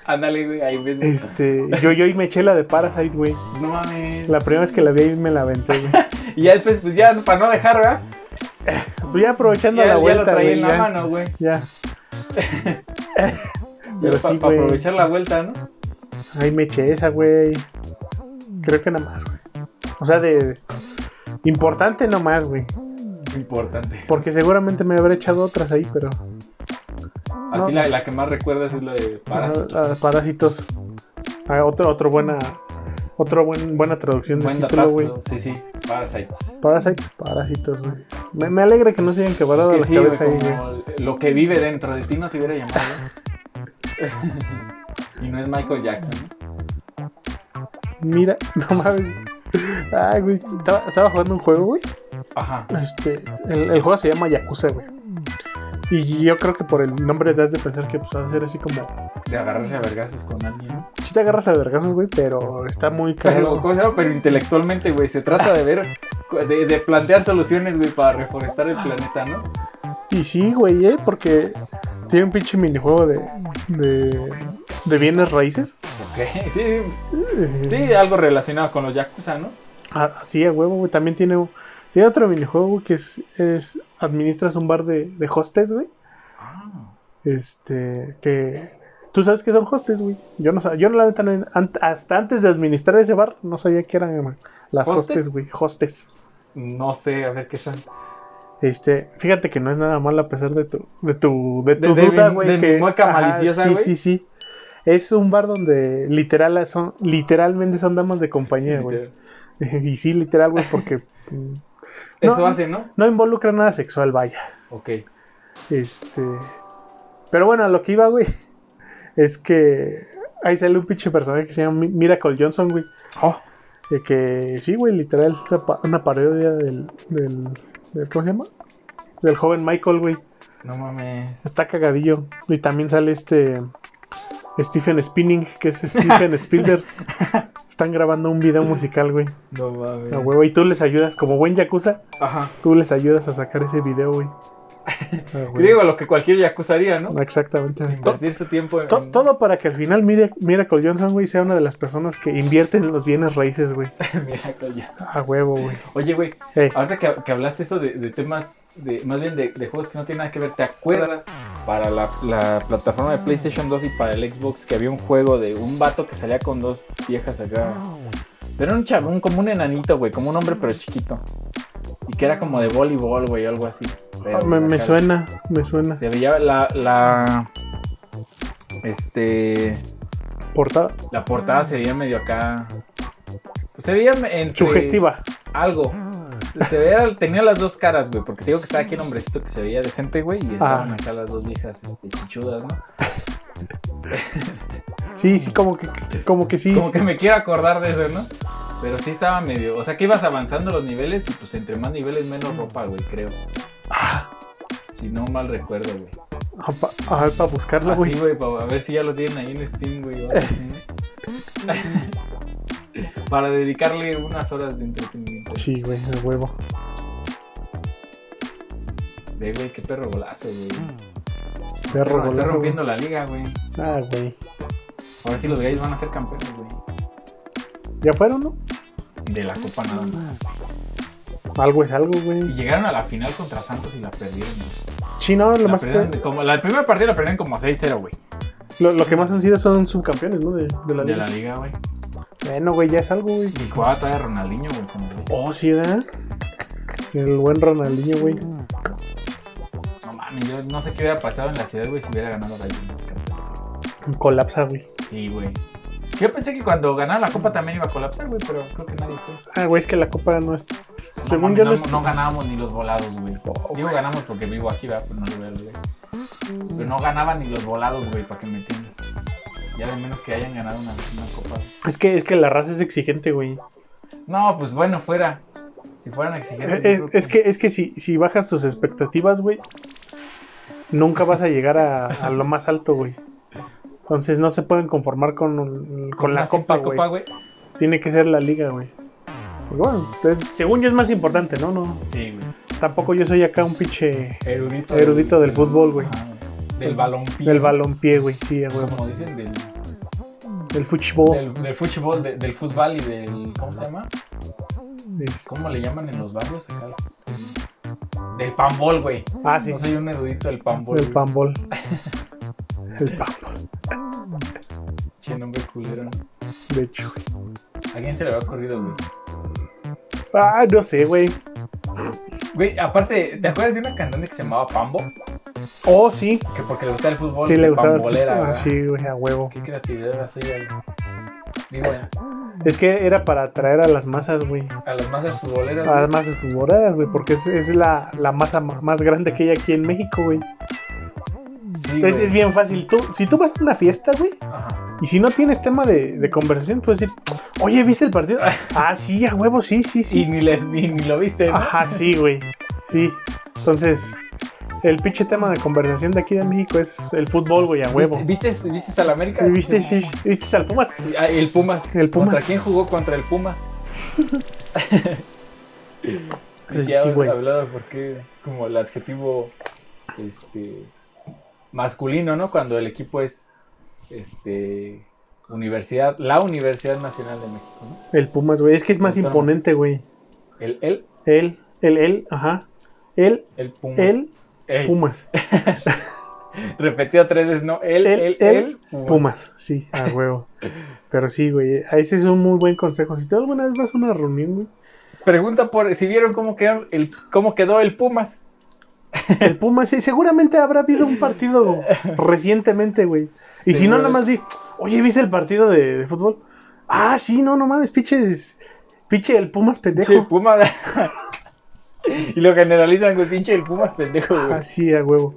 Speaker 2: Ándale, güey, ahí ves. güey.
Speaker 1: Este, yo, yo y me eché la de Parasite, güey.
Speaker 2: No mames.
Speaker 1: La primera vez que la vi ahí me la aventé, güey.
Speaker 2: Y ya después, pues ya, para no dejar, ¿verdad?
Speaker 1: Pues ya aprovechando
Speaker 2: Ya,
Speaker 1: la
Speaker 2: ya
Speaker 1: vuelta,
Speaker 2: lo traía
Speaker 1: güey,
Speaker 2: en la
Speaker 1: ya,
Speaker 2: mano, güey.
Speaker 1: ya. Pero sí,
Speaker 2: Para
Speaker 1: güey.
Speaker 2: aprovechar la vuelta, ¿no?
Speaker 1: Ay, me eché esa, güey. Creo que nada más, güey. O sea, de. Importante nomás, güey.
Speaker 6: Importante.
Speaker 1: Porque seguramente me habré echado otras ahí, pero.
Speaker 2: Así la, la que más recuerdas es la de Parásitos.
Speaker 1: Ah, ah, parásitos. Ah, otro, otro buena. Otra buen, buena traducción del
Speaker 2: Buen
Speaker 1: título, güey.
Speaker 2: datazo. Sí, sí, Parasites.
Speaker 1: Parasites, parásitos, güey. Me, me alegra que no se hayan quebrado
Speaker 2: Que
Speaker 1: la
Speaker 2: sí,
Speaker 1: cabeza ahí,
Speaker 2: güey,
Speaker 1: güey.
Speaker 2: como lo que vive dentro de ti no se hubiera llamado. y no es Michael Jackson.
Speaker 1: Mira, no mames. Ay, güey, estaba, estaba jugando un juego, güey.
Speaker 2: Ajá.
Speaker 1: Este, el, el juego se llama Yakuza, güey. Y yo creo que por el nombre te has de pensar que pues, va a ser así como.
Speaker 2: De agarrarse a vergazos con alguien.
Speaker 1: Si te agarras a vergazos, güey, pero está muy
Speaker 2: Pero,
Speaker 1: caro.
Speaker 2: ¿cómo se llama? Pero intelectualmente, güey. Se trata de ver, de, de plantear soluciones, güey, para reforestar el planeta, ¿no?
Speaker 1: Y sí, güey, ¿eh? porque tiene un pinche minijuego de. de. de bienes raíces.
Speaker 2: Ok, sí,
Speaker 1: Eh,
Speaker 2: sí, algo relacionado con los Yakuza, ¿no?
Speaker 1: Ah, sí, a huevo, güey. También tiene, tiene otro minijuego güey, que es, es. Administras un bar de, de hostes, güey.
Speaker 2: Ah,
Speaker 1: Este. Que. Tú sabes que son hostes, güey. Yo no sabía. Yo, la neta, no- an- hasta antes de administrar ese bar, no sabía que eran man, las
Speaker 2: ¿Hostes?
Speaker 1: hostes, güey. Hostes.
Speaker 2: No sé, a ver qué son.
Speaker 1: Este. Fíjate que no es nada malo a pesar de tu. De tu. De tu
Speaker 2: De- de
Speaker 1: duda,
Speaker 2: mi-
Speaker 1: güey.
Speaker 2: de mi
Speaker 1: que-
Speaker 2: mueca
Speaker 1: ajá,
Speaker 2: maliciosa,
Speaker 1: Sí,
Speaker 2: güey.
Speaker 1: sí, sí. Es un bar donde literal son, literalmente son damas de compañía, güey. Y sí, literal, güey, porque. mm,
Speaker 2: Eso
Speaker 1: No.
Speaker 2: hace, ¿no?
Speaker 1: No involucra nada sexual, vaya.
Speaker 2: Ok.
Speaker 1: Este. Pero bueno, a lo que iba, güey. Es que ahí sale un pinche personaje que se llama Mi- Miracle Johnson, güey. De que sí, güey, literal, es una pa- una parodia del, del, del- ¿Cómo se llama? Del joven Michael, güey.
Speaker 2: No mames.
Speaker 1: Está cagadillo. Y también sale este. Stephen Spinning, que es Stephen Spielberg. Están grabando un video musical, güey.
Speaker 2: No mames.
Speaker 1: A huevo. Y tú les ayudas, como buen yakuza,
Speaker 2: Ajá.
Speaker 1: tú les ayudas a sacar ese video, güey. A huevo.
Speaker 2: Digo, lo que cualquier Yakuza haría, ¿no?
Speaker 1: Exactamente. To-
Speaker 2: Invertir su tiempo en...
Speaker 1: to- todo para que al final Mira- Miracle Johnson, güey, sea una de las personas que invierte en los bienes raíces, güey.
Speaker 2: Mira, con ya.
Speaker 1: A huevo, güey.
Speaker 2: Oye, güey,
Speaker 1: Eh,
Speaker 2: ahorita que, que hablaste eso de, de temas, de, más bien de, de juegos que no tienen nada que ver, ¿te acuerdas para la, la plataforma de PlayStation 2 y para el Xbox que había un juego de un vato que salía con dos viejas acá? Pero era un chabón, como un enanito, güey, como un hombre pero chiquito. Y que era como de voleibol, güey, algo así. Pero,
Speaker 1: Ah, me, me
Speaker 2: acá-
Speaker 1: suena, me suena.
Speaker 2: Se veía la, la... Este...
Speaker 1: Portada.
Speaker 2: La portada se veía medio acá... pues, se veía entre...
Speaker 1: Sugestiva.
Speaker 2: algo. Se- Se veía, tenía las dos caras, güey, porque te digo que estaba aquí el hombrecito que se veía decente, güey, y estaban
Speaker 1: Ah.
Speaker 2: acá las dos viejas este, chichudas, ¿no?
Speaker 1: Sí, sí, como que, como que sí.
Speaker 2: Como
Speaker 1: sí.
Speaker 2: que me quiero acordar de eso, ¿no? Pero sí estaba medio, o sea, que ibas avanzando los niveles y pues entre más niveles
Speaker 1: Mm.
Speaker 2: menos ropa, güey, creo. Si no mal recuerdo, güey.
Speaker 1: Ah, pa- Ah, A ver, para buscarlo,
Speaker 2: Así,
Speaker 1: güey.
Speaker 2: güey, pa- a ver si ya lo tienen ahí en Steam, güey. o algo así, ¿no? Para dedicarle unas horas de entretenimiento.
Speaker 1: Sí, güey, a huevo.
Speaker 2: Ve, güey, qué perro golazo, güey.
Speaker 1: Perro
Speaker 2: Está
Speaker 1: golazo, güey.
Speaker 2: rompiendo la liga, güey.
Speaker 1: Ah, güey.
Speaker 2: Ahora sí los gallos van a ser campeones, güey.
Speaker 1: ¿Ya fueron, no?
Speaker 2: De la Copa nada más.
Speaker 1: Algo es algo,
Speaker 2: Ah, Y
Speaker 1: güey.
Speaker 2: llegaron a la final contra Santos y la perdieron. güey.
Speaker 1: Sí, no, lo
Speaker 2: La
Speaker 1: más
Speaker 2: perdieron
Speaker 1: que,
Speaker 2: de- como, la, el primer partido la perdieron como 6-0, güey.
Speaker 1: lo, lo que más han sido son subcampeones, ¿no? De, de la
Speaker 2: De
Speaker 1: liga.
Speaker 2: la liga, güey.
Speaker 1: Bueno, güey, ya es algo, güey.
Speaker 2: Y jugaba todavía Ronaldinho, güey. Como, güey.
Speaker 1: Oh, sí, ¿verdad? El buen Ronaldinho, güey.
Speaker 2: Mm.
Speaker 1: Oh.
Speaker 2: No mames, yo no sé qué hubiera pasado en la ciudad, güey, si hubiera ganado Gallos. campeón.
Speaker 1: Colapsa, güey.
Speaker 2: Sí, güey. Yo pensé que cuando ganaba la Copa también iba a colapsar, güey, pero creo que nadie fue.
Speaker 1: Ah, güey, es que la copa no es.
Speaker 2: No,
Speaker 1: Según
Speaker 2: mames,
Speaker 1: yo
Speaker 2: no,
Speaker 1: no-
Speaker 2: no ganábamos ni los volados, güey.
Speaker 1: Oh,
Speaker 2: Digo ganamos porque vivo aquí, ¿verdad? Pero no lo veo a los Lakers. Pero no ganaban ni los volados, güey, para que me entiendas. Ya de menos que hayan ganado una, una copa.
Speaker 1: es, que, es que la raza es exigente, güey.
Speaker 2: No, pues bueno, fuera. Si fueran exigentes. yo
Speaker 1: Es,
Speaker 2: creo
Speaker 1: Eh, es que, es que si, si bajas tus expectativas, güey, nunca vas a llegar a, a lo más alto, güey. Entonces no se pueden conformar con, un- con la
Speaker 2: una
Speaker 1: copa,
Speaker 2: simple
Speaker 1: güey.
Speaker 2: copa, güey.
Speaker 1: Tiene que ser la liga, güey. Pues bueno, entonces, según yo es más importante, ¿no? no
Speaker 2: Sí, güey.
Speaker 1: tampoco yo soy acá un pinche
Speaker 2: Erudito.
Speaker 1: Erudito del fútbol, güey.
Speaker 2: Ajá, Del balón.
Speaker 1: del balompié, güey. Sí, a huevo.
Speaker 2: Como dicen, del,
Speaker 1: Del fútbol.
Speaker 2: del, del fútbol, de- del fútbol y del. ¿Cómo se llama?
Speaker 1: es-
Speaker 2: ¿Cómo le llaman en los barrios acá? Del pambol, güey.
Speaker 1: Ah, sí.
Speaker 2: No soy un erudito del pambol.
Speaker 1: El
Speaker 2: güey.
Speaker 1: pambol. El pambol,
Speaker 2: Che, nombre culero.
Speaker 1: de hecho, güey.
Speaker 2: ¿A quién se le había ocurrido, güey?
Speaker 1: Ah, no sé, güey.
Speaker 2: Güey, aparte, ¿te acuerdas de una cantante que se llamaba Pambo?
Speaker 1: Oh, sí.
Speaker 2: Que porque le gustaba el fútbol.
Speaker 1: Sí, le gustaba. el
Speaker 2: Pambolera,
Speaker 1: fútbol. Ah,
Speaker 2: ¿verdad?
Speaker 1: sí, güey, a huevo.
Speaker 2: Qué creatividad la suya. güey. Digo,
Speaker 1: Es que era para atraer a las masas, güey.
Speaker 2: a las masas futboleras.
Speaker 1: A las
Speaker 2: güey.
Speaker 1: masas futboleras, güey. Porque es, es la, la masa ma- más grande que hay aquí en México, güey.
Speaker 2: Sí,
Speaker 1: O sea, es,
Speaker 2: güey.
Speaker 1: es bien fácil. Tú, si tú vas a una fiesta, güey,
Speaker 2: Ajá.
Speaker 1: y si no tienes tema de, de conversación, puedes decir, oye, ¿viste el partido? Ah, sí, a huevo, sí, sí, sí. Ah,
Speaker 2: Y ni, les, ni, ni lo viste. ¿no?
Speaker 1: Ajá, sí, güey. Sí. Entonces, el pinche tema de conversación de aquí de México es el fútbol, güey, a huevo.
Speaker 2: ¿Viste, viste, viste al América?
Speaker 1: ¿Y ¿Viste, sí, viste al Pumas?
Speaker 2: Ah, El Pumas.
Speaker 1: El Pumas.
Speaker 2: ¿Contra quién jugó contra el Pumas?
Speaker 1: Sí,
Speaker 2: Pues ya
Speaker 1: sí,
Speaker 2: hemos
Speaker 1: güey.
Speaker 2: hablado porque es como el adjetivo este masculino, ¿no? Cuando el equipo es este universidad, la Universidad Nacional de México, ¿no?
Speaker 1: El Pumas, güey. Es que es más
Speaker 2: Autónomo.
Speaker 1: imponente, güey.
Speaker 2: El el
Speaker 1: Él, él, él, ajá. Él,
Speaker 2: el Pumas.
Speaker 1: él,
Speaker 2: Ey,
Speaker 1: Pumas.
Speaker 2: repetido tres veces, ¿no? El
Speaker 1: El-
Speaker 2: el el,
Speaker 1: el
Speaker 2: Pumas.
Speaker 1: Pumas, sí,
Speaker 2: Ah,
Speaker 1: a huevo. Pero sí, güey. a Ese es un muy buen consejo. Si tú alguna vez vas a una reunión, güey.
Speaker 2: Pregunta por si vieron cómo quedó el cómo quedó el Pumas.
Speaker 1: El Pumas, sí, seguramente habrá habido un partido recientemente, güey. Y si no,
Speaker 2: Seguro.
Speaker 1: nomás di, oye, ¿viste el partido de, de fútbol? Ah, sí, no, no mames, pinches. Pinche el Pumas pendejo.
Speaker 2: Pinche Pumas. y lo generalizan, güey, pinche el Pumas pendejo, güey.
Speaker 1: Ah, sí, a huevo.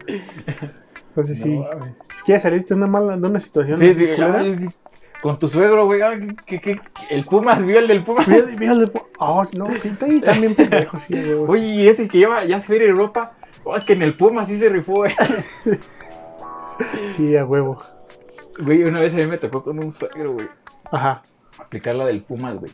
Speaker 1: Entonces, sí.
Speaker 2: No mames.
Speaker 1: Si quieres salirte de una mala, de una situación.
Speaker 2: Sí,
Speaker 1: así
Speaker 2: sí,
Speaker 1: culera,
Speaker 2: ay, con tu suegro, güey. ay, que- que- El Pumas vio el del Pumas.
Speaker 1: Mira, mira el de Pu- Ah, no, sí, está ahí también pendejo, sí, a huevo.
Speaker 2: Oye, y ese que lleva ya se fue a Europa. Oh, es que en el Pumas sí se rifó, eh.
Speaker 1: Sí, a huevo.
Speaker 2: güey. Una vez a mí me tocó con un suegro, güey.
Speaker 1: Ajá.
Speaker 2: Aplicar la del Pumas, güey.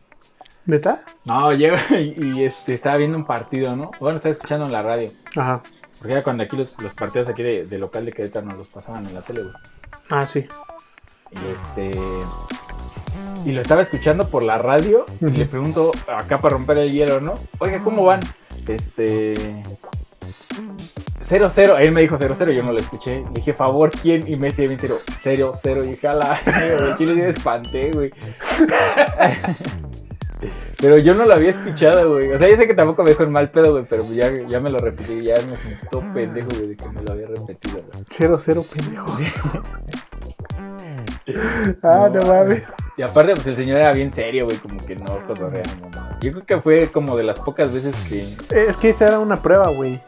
Speaker 1: ¿Neta?
Speaker 2: No, lleva y, y, este, estaba viendo un partido, ¿no? Bueno, estaba escuchando en la radio.
Speaker 1: Ajá.
Speaker 2: Porque era cuando aquí los, los partidos aquí de, de local de Querétaro nos los pasaban en la tele, güey.
Speaker 1: Ah, sí.
Speaker 2: Y este. Y lo estaba escuchando por la radio. Y
Speaker 1: Ujú.
Speaker 2: le pregunto acá para romper el hielo, ¿no? Oiga, ¿cómo van? Este. 0-0, él me dijo 0-0, yo no lo escuché. Le dije, favor, ¿quién? Y me decía bien cero, 0-0, y jala. El chile sí me espanté, güey. pero yo no lo había escuchado, güey. O sea, yo sé que tampoco me dejó en mal pedo, güey, pero ya, ya me lo repetí, ya me sentó pendejo, güey, de que me lo había repetido, güey.
Speaker 1: Cero, cero, pendejo. ah, no,
Speaker 2: No,
Speaker 1: mames.
Speaker 2: Y aparte, pues el señor era bien serio, güey, como que no cotorrea, no, no. Yo creo que fue como de las pocas veces que
Speaker 1: Es que esa era una prueba, güey.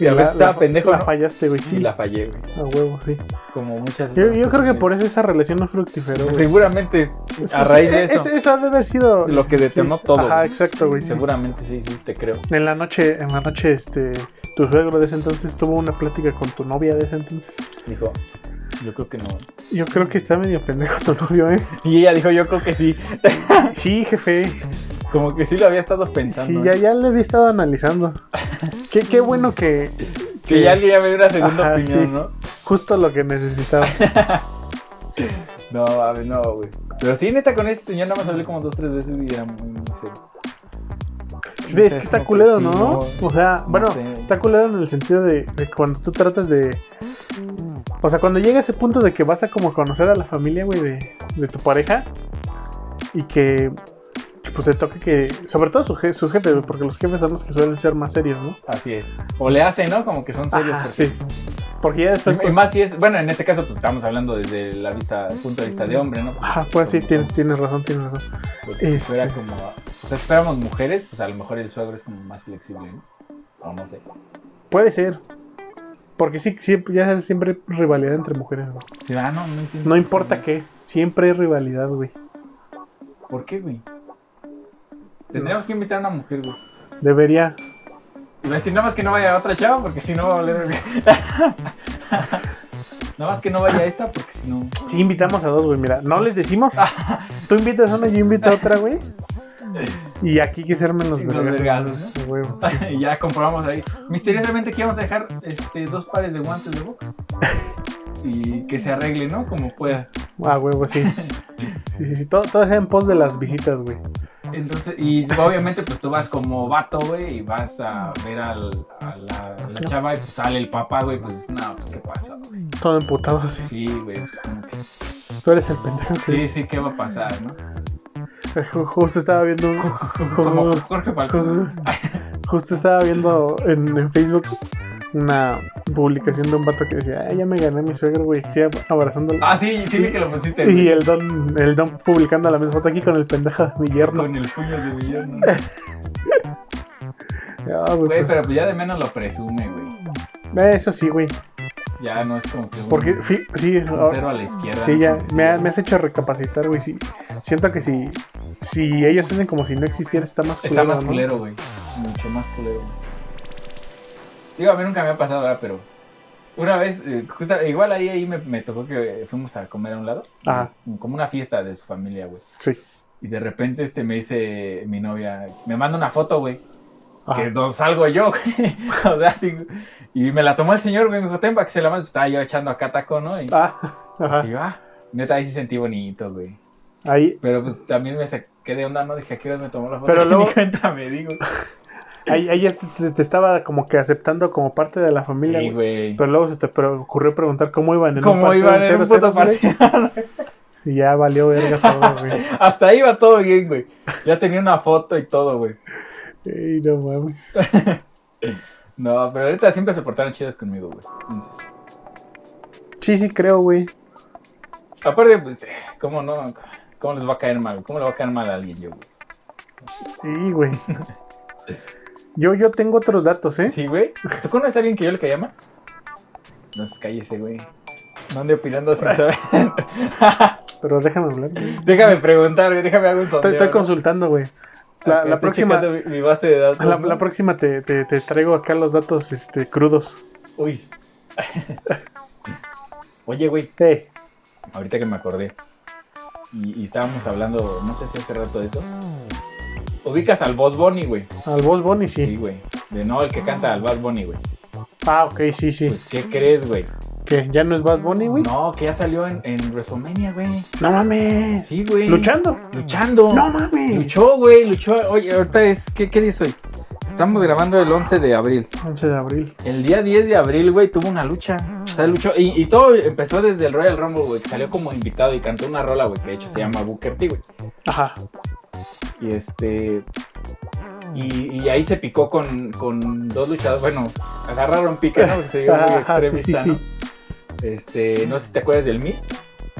Speaker 2: Y a
Speaker 1: La-
Speaker 2: veces
Speaker 1: la-
Speaker 2: estaba pendejo,
Speaker 1: La
Speaker 2: ¿no?
Speaker 1: fallaste, güey,
Speaker 2: sí
Speaker 1: sí.
Speaker 2: la fallé, güey.
Speaker 1: A huevo, sí.
Speaker 2: Como muchas
Speaker 1: Yo, yo creo que por eso esa relación no fructiferó, güey.
Speaker 2: Seguramente,
Speaker 1: Sí,
Speaker 2: a
Speaker 1: sí,
Speaker 2: raíz de
Speaker 1: es-
Speaker 2: eso,
Speaker 1: eso ha de haber sido.
Speaker 2: Lo que detonó todo,
Speaker 1: Ajá,
Speaker 2: güey.
Speaker 1: exacto, güey. sí.
Speaker 2: seguramente sí, sí, te creo.
Speaker 1: En la noche, en la noche, este. Tu suegro de ese entonces tuvo una plática con tu novia de ese entonces.
Speaker 2: Dijo, yo creo que no.
Speaker 1: Yo creo que está medio pendejo tu novio, ¿eh?
Speaker 2: Y ella dijo, yo creo que sí.
Speaker 1: Sí, jefe.
Speaker 2: Como que sí lo había estado
Speaker 1: Sí,
Speaker 2: pensando. ¿eh?
Speaker 1: ya, ya le había estado analizando. Qué, qué bueno que
Speaker 2: Que ya alguien ya me dio una segunda
Speaker 1: Ajá,
Speaker 2: opinión,
Speaker 1: sí.
Speaker 2: ¿no?
Speaker 1: justo lo que necesitaba.
Speaker 2: No, a ver, no, güey. Pero sí, neta, con ese señor nada más hablé como dos, tres veces y era muy, muy serio.
Speaker 1: Sí, es que está culero, ¿no?
Speaker 2: pues, Sí,
Speaker 1: O sea,
Speaker 2: no
Speaker 1: bueno,
Speaker 2: sé.
Speaker 1: está culero en el sentido de, de cuando tú tratas de... O sea, cuando llega ese punto de que vas a como conocer a la familia, güey, de, de tu pareja y que, que, pues te toque que... Sobre todo su, je- su jefe, güey, porque los jefes son los que suelen ser más serios, ¿no?
Speaker 2: Así es. O le hace, ¿no? Como que son serios.
Speaker 1: Ajá,
Speaker 2: porque-
Speaker 1: sí. Porque ya después...
Speaker 2: Pues,
Speaker 1: pues,
Speaker 2: Y- Y más si es, bueno, en este caso pues estamos hablando desde la vista, el punto de vista de hombre, ¿no?
Speaker 1: Ajá, pues sí, tienes, tienes razón, tienes razón.
Speaker 2: Porque si
Speaker 1: este.
Speaker 2: fuera como, o sea, si fuéramos mujeres, pues a lo mejor el suegro es como más flexible, ¿no? O no sé.
Speaker 1: Puede ser. Porque sí, sí, ya sabes, siempre hay rivalidad entre mujeres, güey.
Speaker 2: Sí, ah, no, no entiendo.
Speaker 1: No importa qué, siempre hay rivalidad, güey.
Speaker 2: ¿Por qué, güey? Tendríamos que invitar a una mujer, güey.
Speaker 1: Debería,
Speaker 2: Y voy a decir, nada más que no vaya otra chava, porque si no va a oler bien. Nada más que no vaya esta, porque si no.
Speaker 1: Sí, invitamos a dos, güey, mira. No les decimos. Tú invitas a una, yo invito a otra, güey. Y aquí que se armen los
Speaker 2: Y los
Speaker 1: vergazos,
Speaker 2: vergazos,
Speaker 1: güey, güey, sí.
Speaker 2: Y ya comprobamos ahí. Misteriosamente aquí vamos a dejar este, dos pares de guantes de box. Y que se arregle, ¿no? Como pueda.
Speaker 1: Ah, huevo, sí. Sí, sí, sí. Todo, todo sea en pos de las visitas, güey.
Speaker 2: Entonces, y obviamente, pues tú vas como vato, güey, y vas a ver al- a la, a la chava y pues sale el papá, güey, pues no, pues qué pasa, güey.
Speaker 1: Todo emputado, así.
Speaker 2: Sí, güey, pues como que.
Speaker 1: Tú eres el pendejo. que-
Speaker 2: Sí, sí, ¿qué va a pasar, no?
Speaker 1: Justo estaba viendo.
Speaker 2: Como Jorge Falcón.
Speaker 1: Justo estaba viendo en, en Facebook una publicación de un vato que decía, "Ah, ya me gané a mi suegro, güey, sigue abrazándolo.
Speaker 2: Ah, sí, sí vi que lo pusiste.
Speaker 1: y
Speaker 2: güey,
Speaker 1: el don, el don publicando la misma foto aquí con el pendejo de mi yerno.
Speaker 2: Con el puño de villano.
Speaker 1: Ah, güey,
Speaker 2: Güey,
Speaker 1: pero-
Speaker 2: pero pues ya de menos lo presume, güey.
Speaker 1: Eso sí, güey.
Speaker 2: Ya no es como que un,
Speaker 1: Porque fi- sí,
Speaker 2: un
Speaker 1: ahora-
Speaker 2: cero a la izquierda.
Speaker 1: sí,
Speaker 2: ¿no?
Speaker 1: ya
Speaker 2: Como que
Speaker 1: me, ha- me has hecho recapacitar, güey. Sí. Siento que si, si ellos hacen como si no existiera, está más
Speaker 2: Está más
Speaker 1: ¿no?
Speaker 2: culero, güey. Mucho más culero, güey. Digo, a mí nunca me ha pasado, ¿verdad? Pero una vez, eh, justa- igual ahí, ahí me, me tocó que fuimos a comer a un lado.
Speaker 1: Ajá.
Speaker 2: Como una fiesta de su familia, güey.
Speaker 1: Sí.
Speaker 2: Y de repente este me dice mi novia, me manda una foto, güey.
Speaker 1: Ajá.
Speaker 2: Que no salgo yo, güey. O sea, así, y me la tomó el señor, güey. Me dijo, ten para que se la mande. Pues Estaba yo echando acá taco, ¿no? Y,
Speaker 1: Ah, ajá.
Speaker 2: y yo, ah, neta, ahí sí sentí bonito, güey.
Speaker 1: Ahí,
Speaker 2: Pero pues también me saqué de onda, ¿no? Dije, ¿a qué hora me tomó la foto?
Speaker 1: Pero
Speaker 2: Ni
Speaker 1: luego-
Speaker 2: cuenta me digo.
Speaker 1: ahí, ahí ya te, te- te estaba como que aceptando como parte de la familia,
Speaker 2: Sí,
Speaker 1: güey.
Speaker 2: güey.
Speaker 1: Pero luego se te pre- ocurrió preguntar cómo iban en
Speaker 2: Como
Speaker 1: partido
Speaker 2: iba
Speaker 1: de
Speaker 2: en un
Speaker 1: 0-0,
Speaker 2: puto
Speaker 1: güey.
Speaker 2: partido.
Speaker 1: Y ya valió verga todo, güey.
Speaker 2: Hasta ahí iba todo bien, güey. Ya tenía una foto y todo, güey.
Speaker 1: Ey, no mames.
Speaker 2: No, pero ahorita siempre se portaron chidas conmigo, güey. Entonces,
Speaker 1: Sí, sí, creo, güey.
Speaker 2: aparte, pues, ¿cómo no? ¿Cómo les va a caer mal? ¿Cómo le va a caer mal a alguien yo, güey?
Speaker 1: Sí, güey. Yo, yo tengo otros datos, ¿eh?
Speaker 2: Sí, güey. ¿Tú conoces a alguien que yo le caía mal? No se cállese, güey. No ande opinando sin saber.
Speaker 1: Pero déjame hablar. güey.
Speaker 2: déjame preguntar, güey. Déjame hago un sondeo.
Speaker 1: Estoy, estoy
Speaker 2: ¿no?
Speaker 1: consultando, güey. La,
Speaker 2: Ok,
Speaker 1: la
Speaker 2: estoy
Speaker 1: próxima,
Speaker 2: checando Mi, mi base de datos.
Speaker 1: la,
Speaker 2: ¿no?
Speaker 1: la próxima te, te- te traigo acá los datos este, crudos.
Speaker 2: Uy. Oye, güey.
Speaker 1: Eh,
Speaker 2: Ahorita que me acordé. Y, y estábamos hablando, no sé si hace rato de eso. Ubicas al Boss Bunny, güey.
Speaker 1: al Boss Bunny,
Speaker 2: Sí,
Speaker 1: sí.
Speaker 2: güey. De no, el que canta al Boss Bunny, güey.
Speaker 1: Ah, ok, sí, sí.
Speaker 2: Pues, ¿qué crees, güey?
Speaker 1: ¿Qué? ¿Ya no es Bad Bunny, güey? No,
Speaker 2: No, que ya salió en, en WrestleMania, güey.
Speaker 1: mames.
Speaker 2: Sí, güey.
Speaker 1: ¿Luchando?
Speaker 2: Luchando.
Speaker 1: No mames.
Speaker 2: Luchó, güey. Luchó. Oye, ahorita es. ¿Qué, qué día es hoy? Estamos grabando el 11 de abril.
Speaker 1: 11 de abril.
Speaker 2: El día 10 de abril, güey, tuvo una lucha. O sea, luchó. Y, y todo empezó desde el Royal Rumble, güey. que Salió como invitado y cantó una rola, güey, que de hecho se llama Booker T, güey.
Speaker 1: Ajá.
Speaker 2: Y este. Y, y ahí se picó con, con dos luchadores. Bueno, agarraron pique, ¿no? Porque Se dio muy
Speaker 1: Ajá, Ah, sí,
Speaker 2: extremista,
Speaker 1: sí,
Speaker 2: ¿no? Este, no sé si te acuerdas del Miss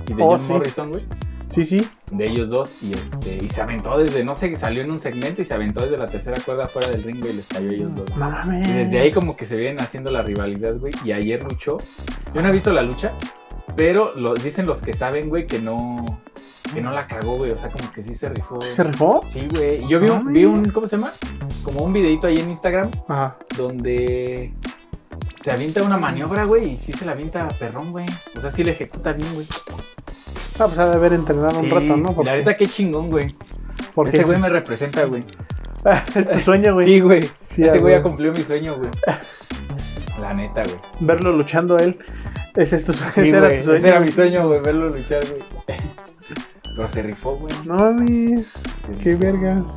Speaker 2: y de
Speaker 1: Oh,
Speaker 2: John
Speaker 1: sí.
Speaker 2: Morrison, güey.
Speaker 1: Sí, sí.
Speaker 2: De ellos dos. Y este. Y se aventó desde, no sé, salió en un segmento y se aventó desde la tercera cuerda fuera del ring, güey, y les cayó a ellos dos.
Speaker 1: No mames.
Speaker 2: Y desde ahí como que se vienen haciendo la rivalidad, güey. Y ayer luchó. Yo no he visto la lucha, pero lo, dicen los que saben, güey, que no, que no la cagó, güey. O sea, como que sí se rifó.
Speaker 1: ¿Sí se rifó?
Speaker 2: Sí, güey. Y Yo vi
Speaker 1: No
Speaker 2: un,
Speaker 1: mames.
Speaker 2: vi un, ¿cómo se llama? Como un videito ahí en Instagram
Speaker 1: Ajá.
Speaker 2: donde se avienta una maniobra, güey, y sí se la avienta perrón, güey. O sea, sí la ejecuta bien, güey.
Speaker 1: Ah, pues ha de haber entrenado un
Speaker 2: Sí,
Speaker 1: rato, ¿no?
Speaker 2: La neta, qué chingón, güey.
Speaker 1: porque
Speaker 2: Ese güey
Speaker 1: es, ah,
Speaker 2: me representa, güey.
Speaker 1: es tu sueño, güey.
Speaker 2: Sí, güey.
Speaker 1: Sí,
Speaker 2: Ese
Speaker 1: ah,
Speaker 2: güey
Speaker 1: güey.
Speaker 2: ya cumplió mi sueño, güey. La neta, güey.
Speaker 1: Verlo luchando a él. Ese, es tu sueño,
Speaker 2: Sí,
Speaker 1: ese era
Speaker 2: güey,
Speaker 1: tu sueño.
Speaker 2: Ese era mi
Speaker 1: güey.
Speaker 2: sueño, güey, verlo luchar, güey. Pero se rifó, güey.
Speaker 1: No mames.
Speaker 2: Se
Speaker 1: Qué
Speaker 2: rifó.
Speaker 1: vergas.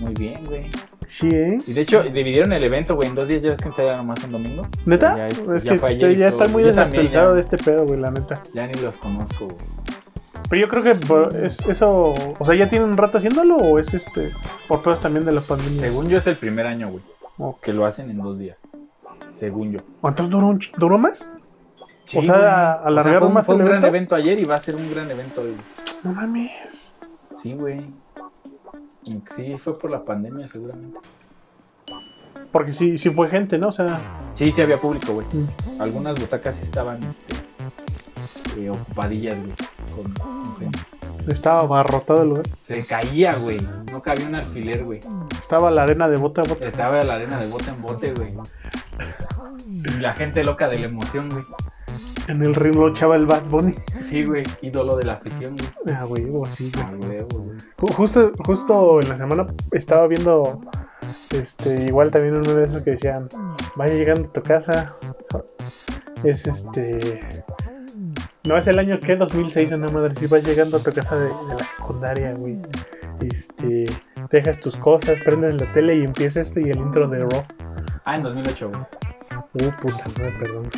Speaker 2: Muy bien, güey.
Speaker 1: Sí, ¿eh?
Speaker 2: Y de hecho, dividieron el evento, güey, en dos días. Ya ves que se nomás un domingo.
Speaker 1: ¿Neta?
Speaker 2: Ya
Speaker 1: es,
Speaker 2: es- ya
Speaker 1: que
Speaker 2: fue
Speaker 1: ya,
Speaker 2: ayer y
Speaker 1: ya
Speaker 2: todo.
Speaker 1: está muy
Speaker 2: Yo también,
Speaker 1: desactualizado
Speaker 2: ya.
Speaker 1: de este pedo, güey, la neta.
Speaker 2: Ya ni los conozco, güey.
Speaker 1: Pero yo creo que por- es- eso. O sea, ¿ya tienen un rato haciéndolo o es este. Por pedos también de la pandemia?
Speaker 2: Según yo es el primer año, güey.
Speaker 1: Ok.
Speaker 2: Que lo hacen en dos días. Según yo.
Speaker 1: ¿O entonces duró, un ch- duró más?
Speaker 2: Sí,
Speaker 1: o sea,
Speaker 2: güey.
Speaker 1: alargaron
Speaker 2: fue un-
Speaker 1: más
Speaker 2: fue
Speaker 1: el
Speaker 2: un gran
Speaker 1: evento.
Speaker 2: evento ayer y va a ser un gran evento hoy. güey.
Speaker 1: No mames.
Speaker 2: Sí, güey. Y Sí, fue por la pandemia seguramente.
Speaker 1: Porque sí, sí fue gente, ¿no? O sea.
Speaker 2: Sí, sí había público, güey.
Speaker 1: Mm.
Speaker 2: Algunas butacas sí estaban este, eh, ocupadillas, güey. con- con gente.
Speaker 1: Estaba abarrotado el lugar.
Speaker 2: Se caía, güey. No cabía un alfiler, güey.
Speaker 1: Estaba la arena de bota a bota.
Speaker 2: Estaba la arena de bote en bote, güey. Y la gente loca de la emoción, güey.
Speaker 1: En el ring luchaba el Bad Bunny.
Speaker 2: Sí, güey. Ídolo de la afición, güey.
Speaker 1: Ah, huevo, sí, güey.
Speaker 2: A huevo, güey.
Speaker 1: Ju- Justo, justo en la semana estaba viendo este igual también uno de esos que decían vaya llegando a tu casa. Es este. No es el año que 2006 en la madre. Si vas llegando a tu casa de, de la secundaria, güey. Este. Dejas tus cosas, prendes la tele y empieza esto y el intro de Raw.
Speaker 2: Ah, en 2008, güey.
Speaker 1: Uh, puta madre, perdón.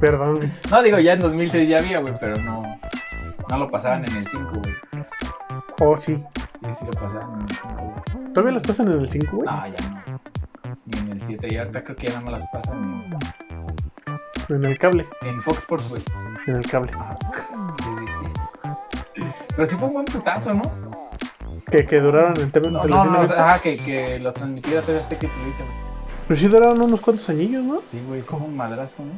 Speaker 1: perdón.
Speaker 2: No, digo, ya en 2006 ya había, güey, pero no. No lo pasaban en el 5, güey.
Speaker 1: Oh, sí.
Speaker 2: Y sí lo pasaban en el 5, güey.
Speaker 1: ¿Todavía las pasan en el 5, güey?
Speaker 2: No, ya no. Ni en el 7. Y ahorita creo que ya no me las pasan
Speaker 1: En el cable.
Speaker 2: en, en Fox Sports, güey.
Speaker 1: En el cable.
Speaker 2: Sí, sí. Pero sí fue un buen putazo, ¿no?
Speaker 1: Que, que duraron en TV
Speaker 2: No, no,
Speaker 1: Televisión
Speaker 2: no, o sea,
Speaker 1: abierta.
Speaker 2: ajá, que, que los transmitiera TV Azteca y Televisa, güey.
Speaker 1: Pero sí duraron unos cuantos añillos, ¿no?
Speaker 2: Sí, güey, sí fue un madrazo, ¿no?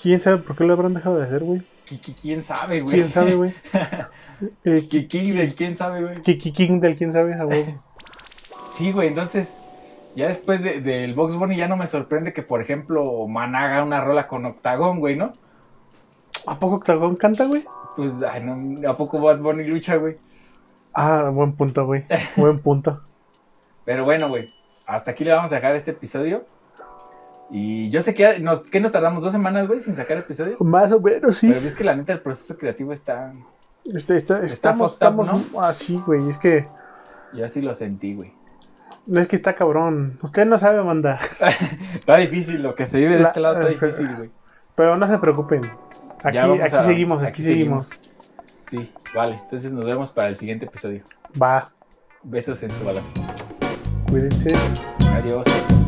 Speaker 1: ¿Quién sabe por qué lo habrán dejado de hacer, güey?
Speaker 2: Qui- qui- ¿Quién sabe, güey?
Speaker 1: ¿Quién sabe, güey? El
Speaker 2: Qui- qui- del quién sabe, güey?
Speaker 1: Kiki King del quién sabe, Ah, a huevo.
Speaker 2: Sí, güey, entonces, ya después de- del Box Bunny ya no me sorprende que, por ejemplo, Maná haga una rola con Octagón, güey, ¿no?
Speaker 1: ¿A poco Octagón canta, güey?
Speaker 2: Pues, ay, no, ¿a poco Bad Bunny lucha, güey?
Speaker 1: Ah, buen punto, güey. Buen punto.
Speaker 2: Pero bueno, güey, hasta aquí le vamos a dejar este episodio. Y yo sé que nos, ¿qué nos tardamos dos semanas, güey, sin sacar episodio.
Speaker 1: Más o menos, sí.
Speaker 2: Pero es que la neta el proceso creativo está...
Speaker 1: Este- esta- estamos,
Speaker 2: fucked up,
Speaker 1: estamos así, güey. Es que,
Speaker 2: Yo así lo sentí, güey.
Speaker 1: no es que está cabrón. Usted no sabe, manda.
Speaker 2: Está difícil, lo que se vive de
Speaker 1: La-
Speaker 2: este lado está
Speaker 1: eh, pero-
Speaker 2: difícil, güey.
Speaker 1: Pero no se preocupen. Aquí,
Speaker 2: Ya vamos
Speaker 1: aquí
Speaker 2: a-
Speaker 1: seguimos, aquí, seguimos.
Speaker 2: Sí, vale. Entonces nos vemos para el siguiente episodio.
Speaker 1: Va,
Speaker 2: Besos en su balazo.
Speaker 1: cuídense.
Speaker 2: Adiós.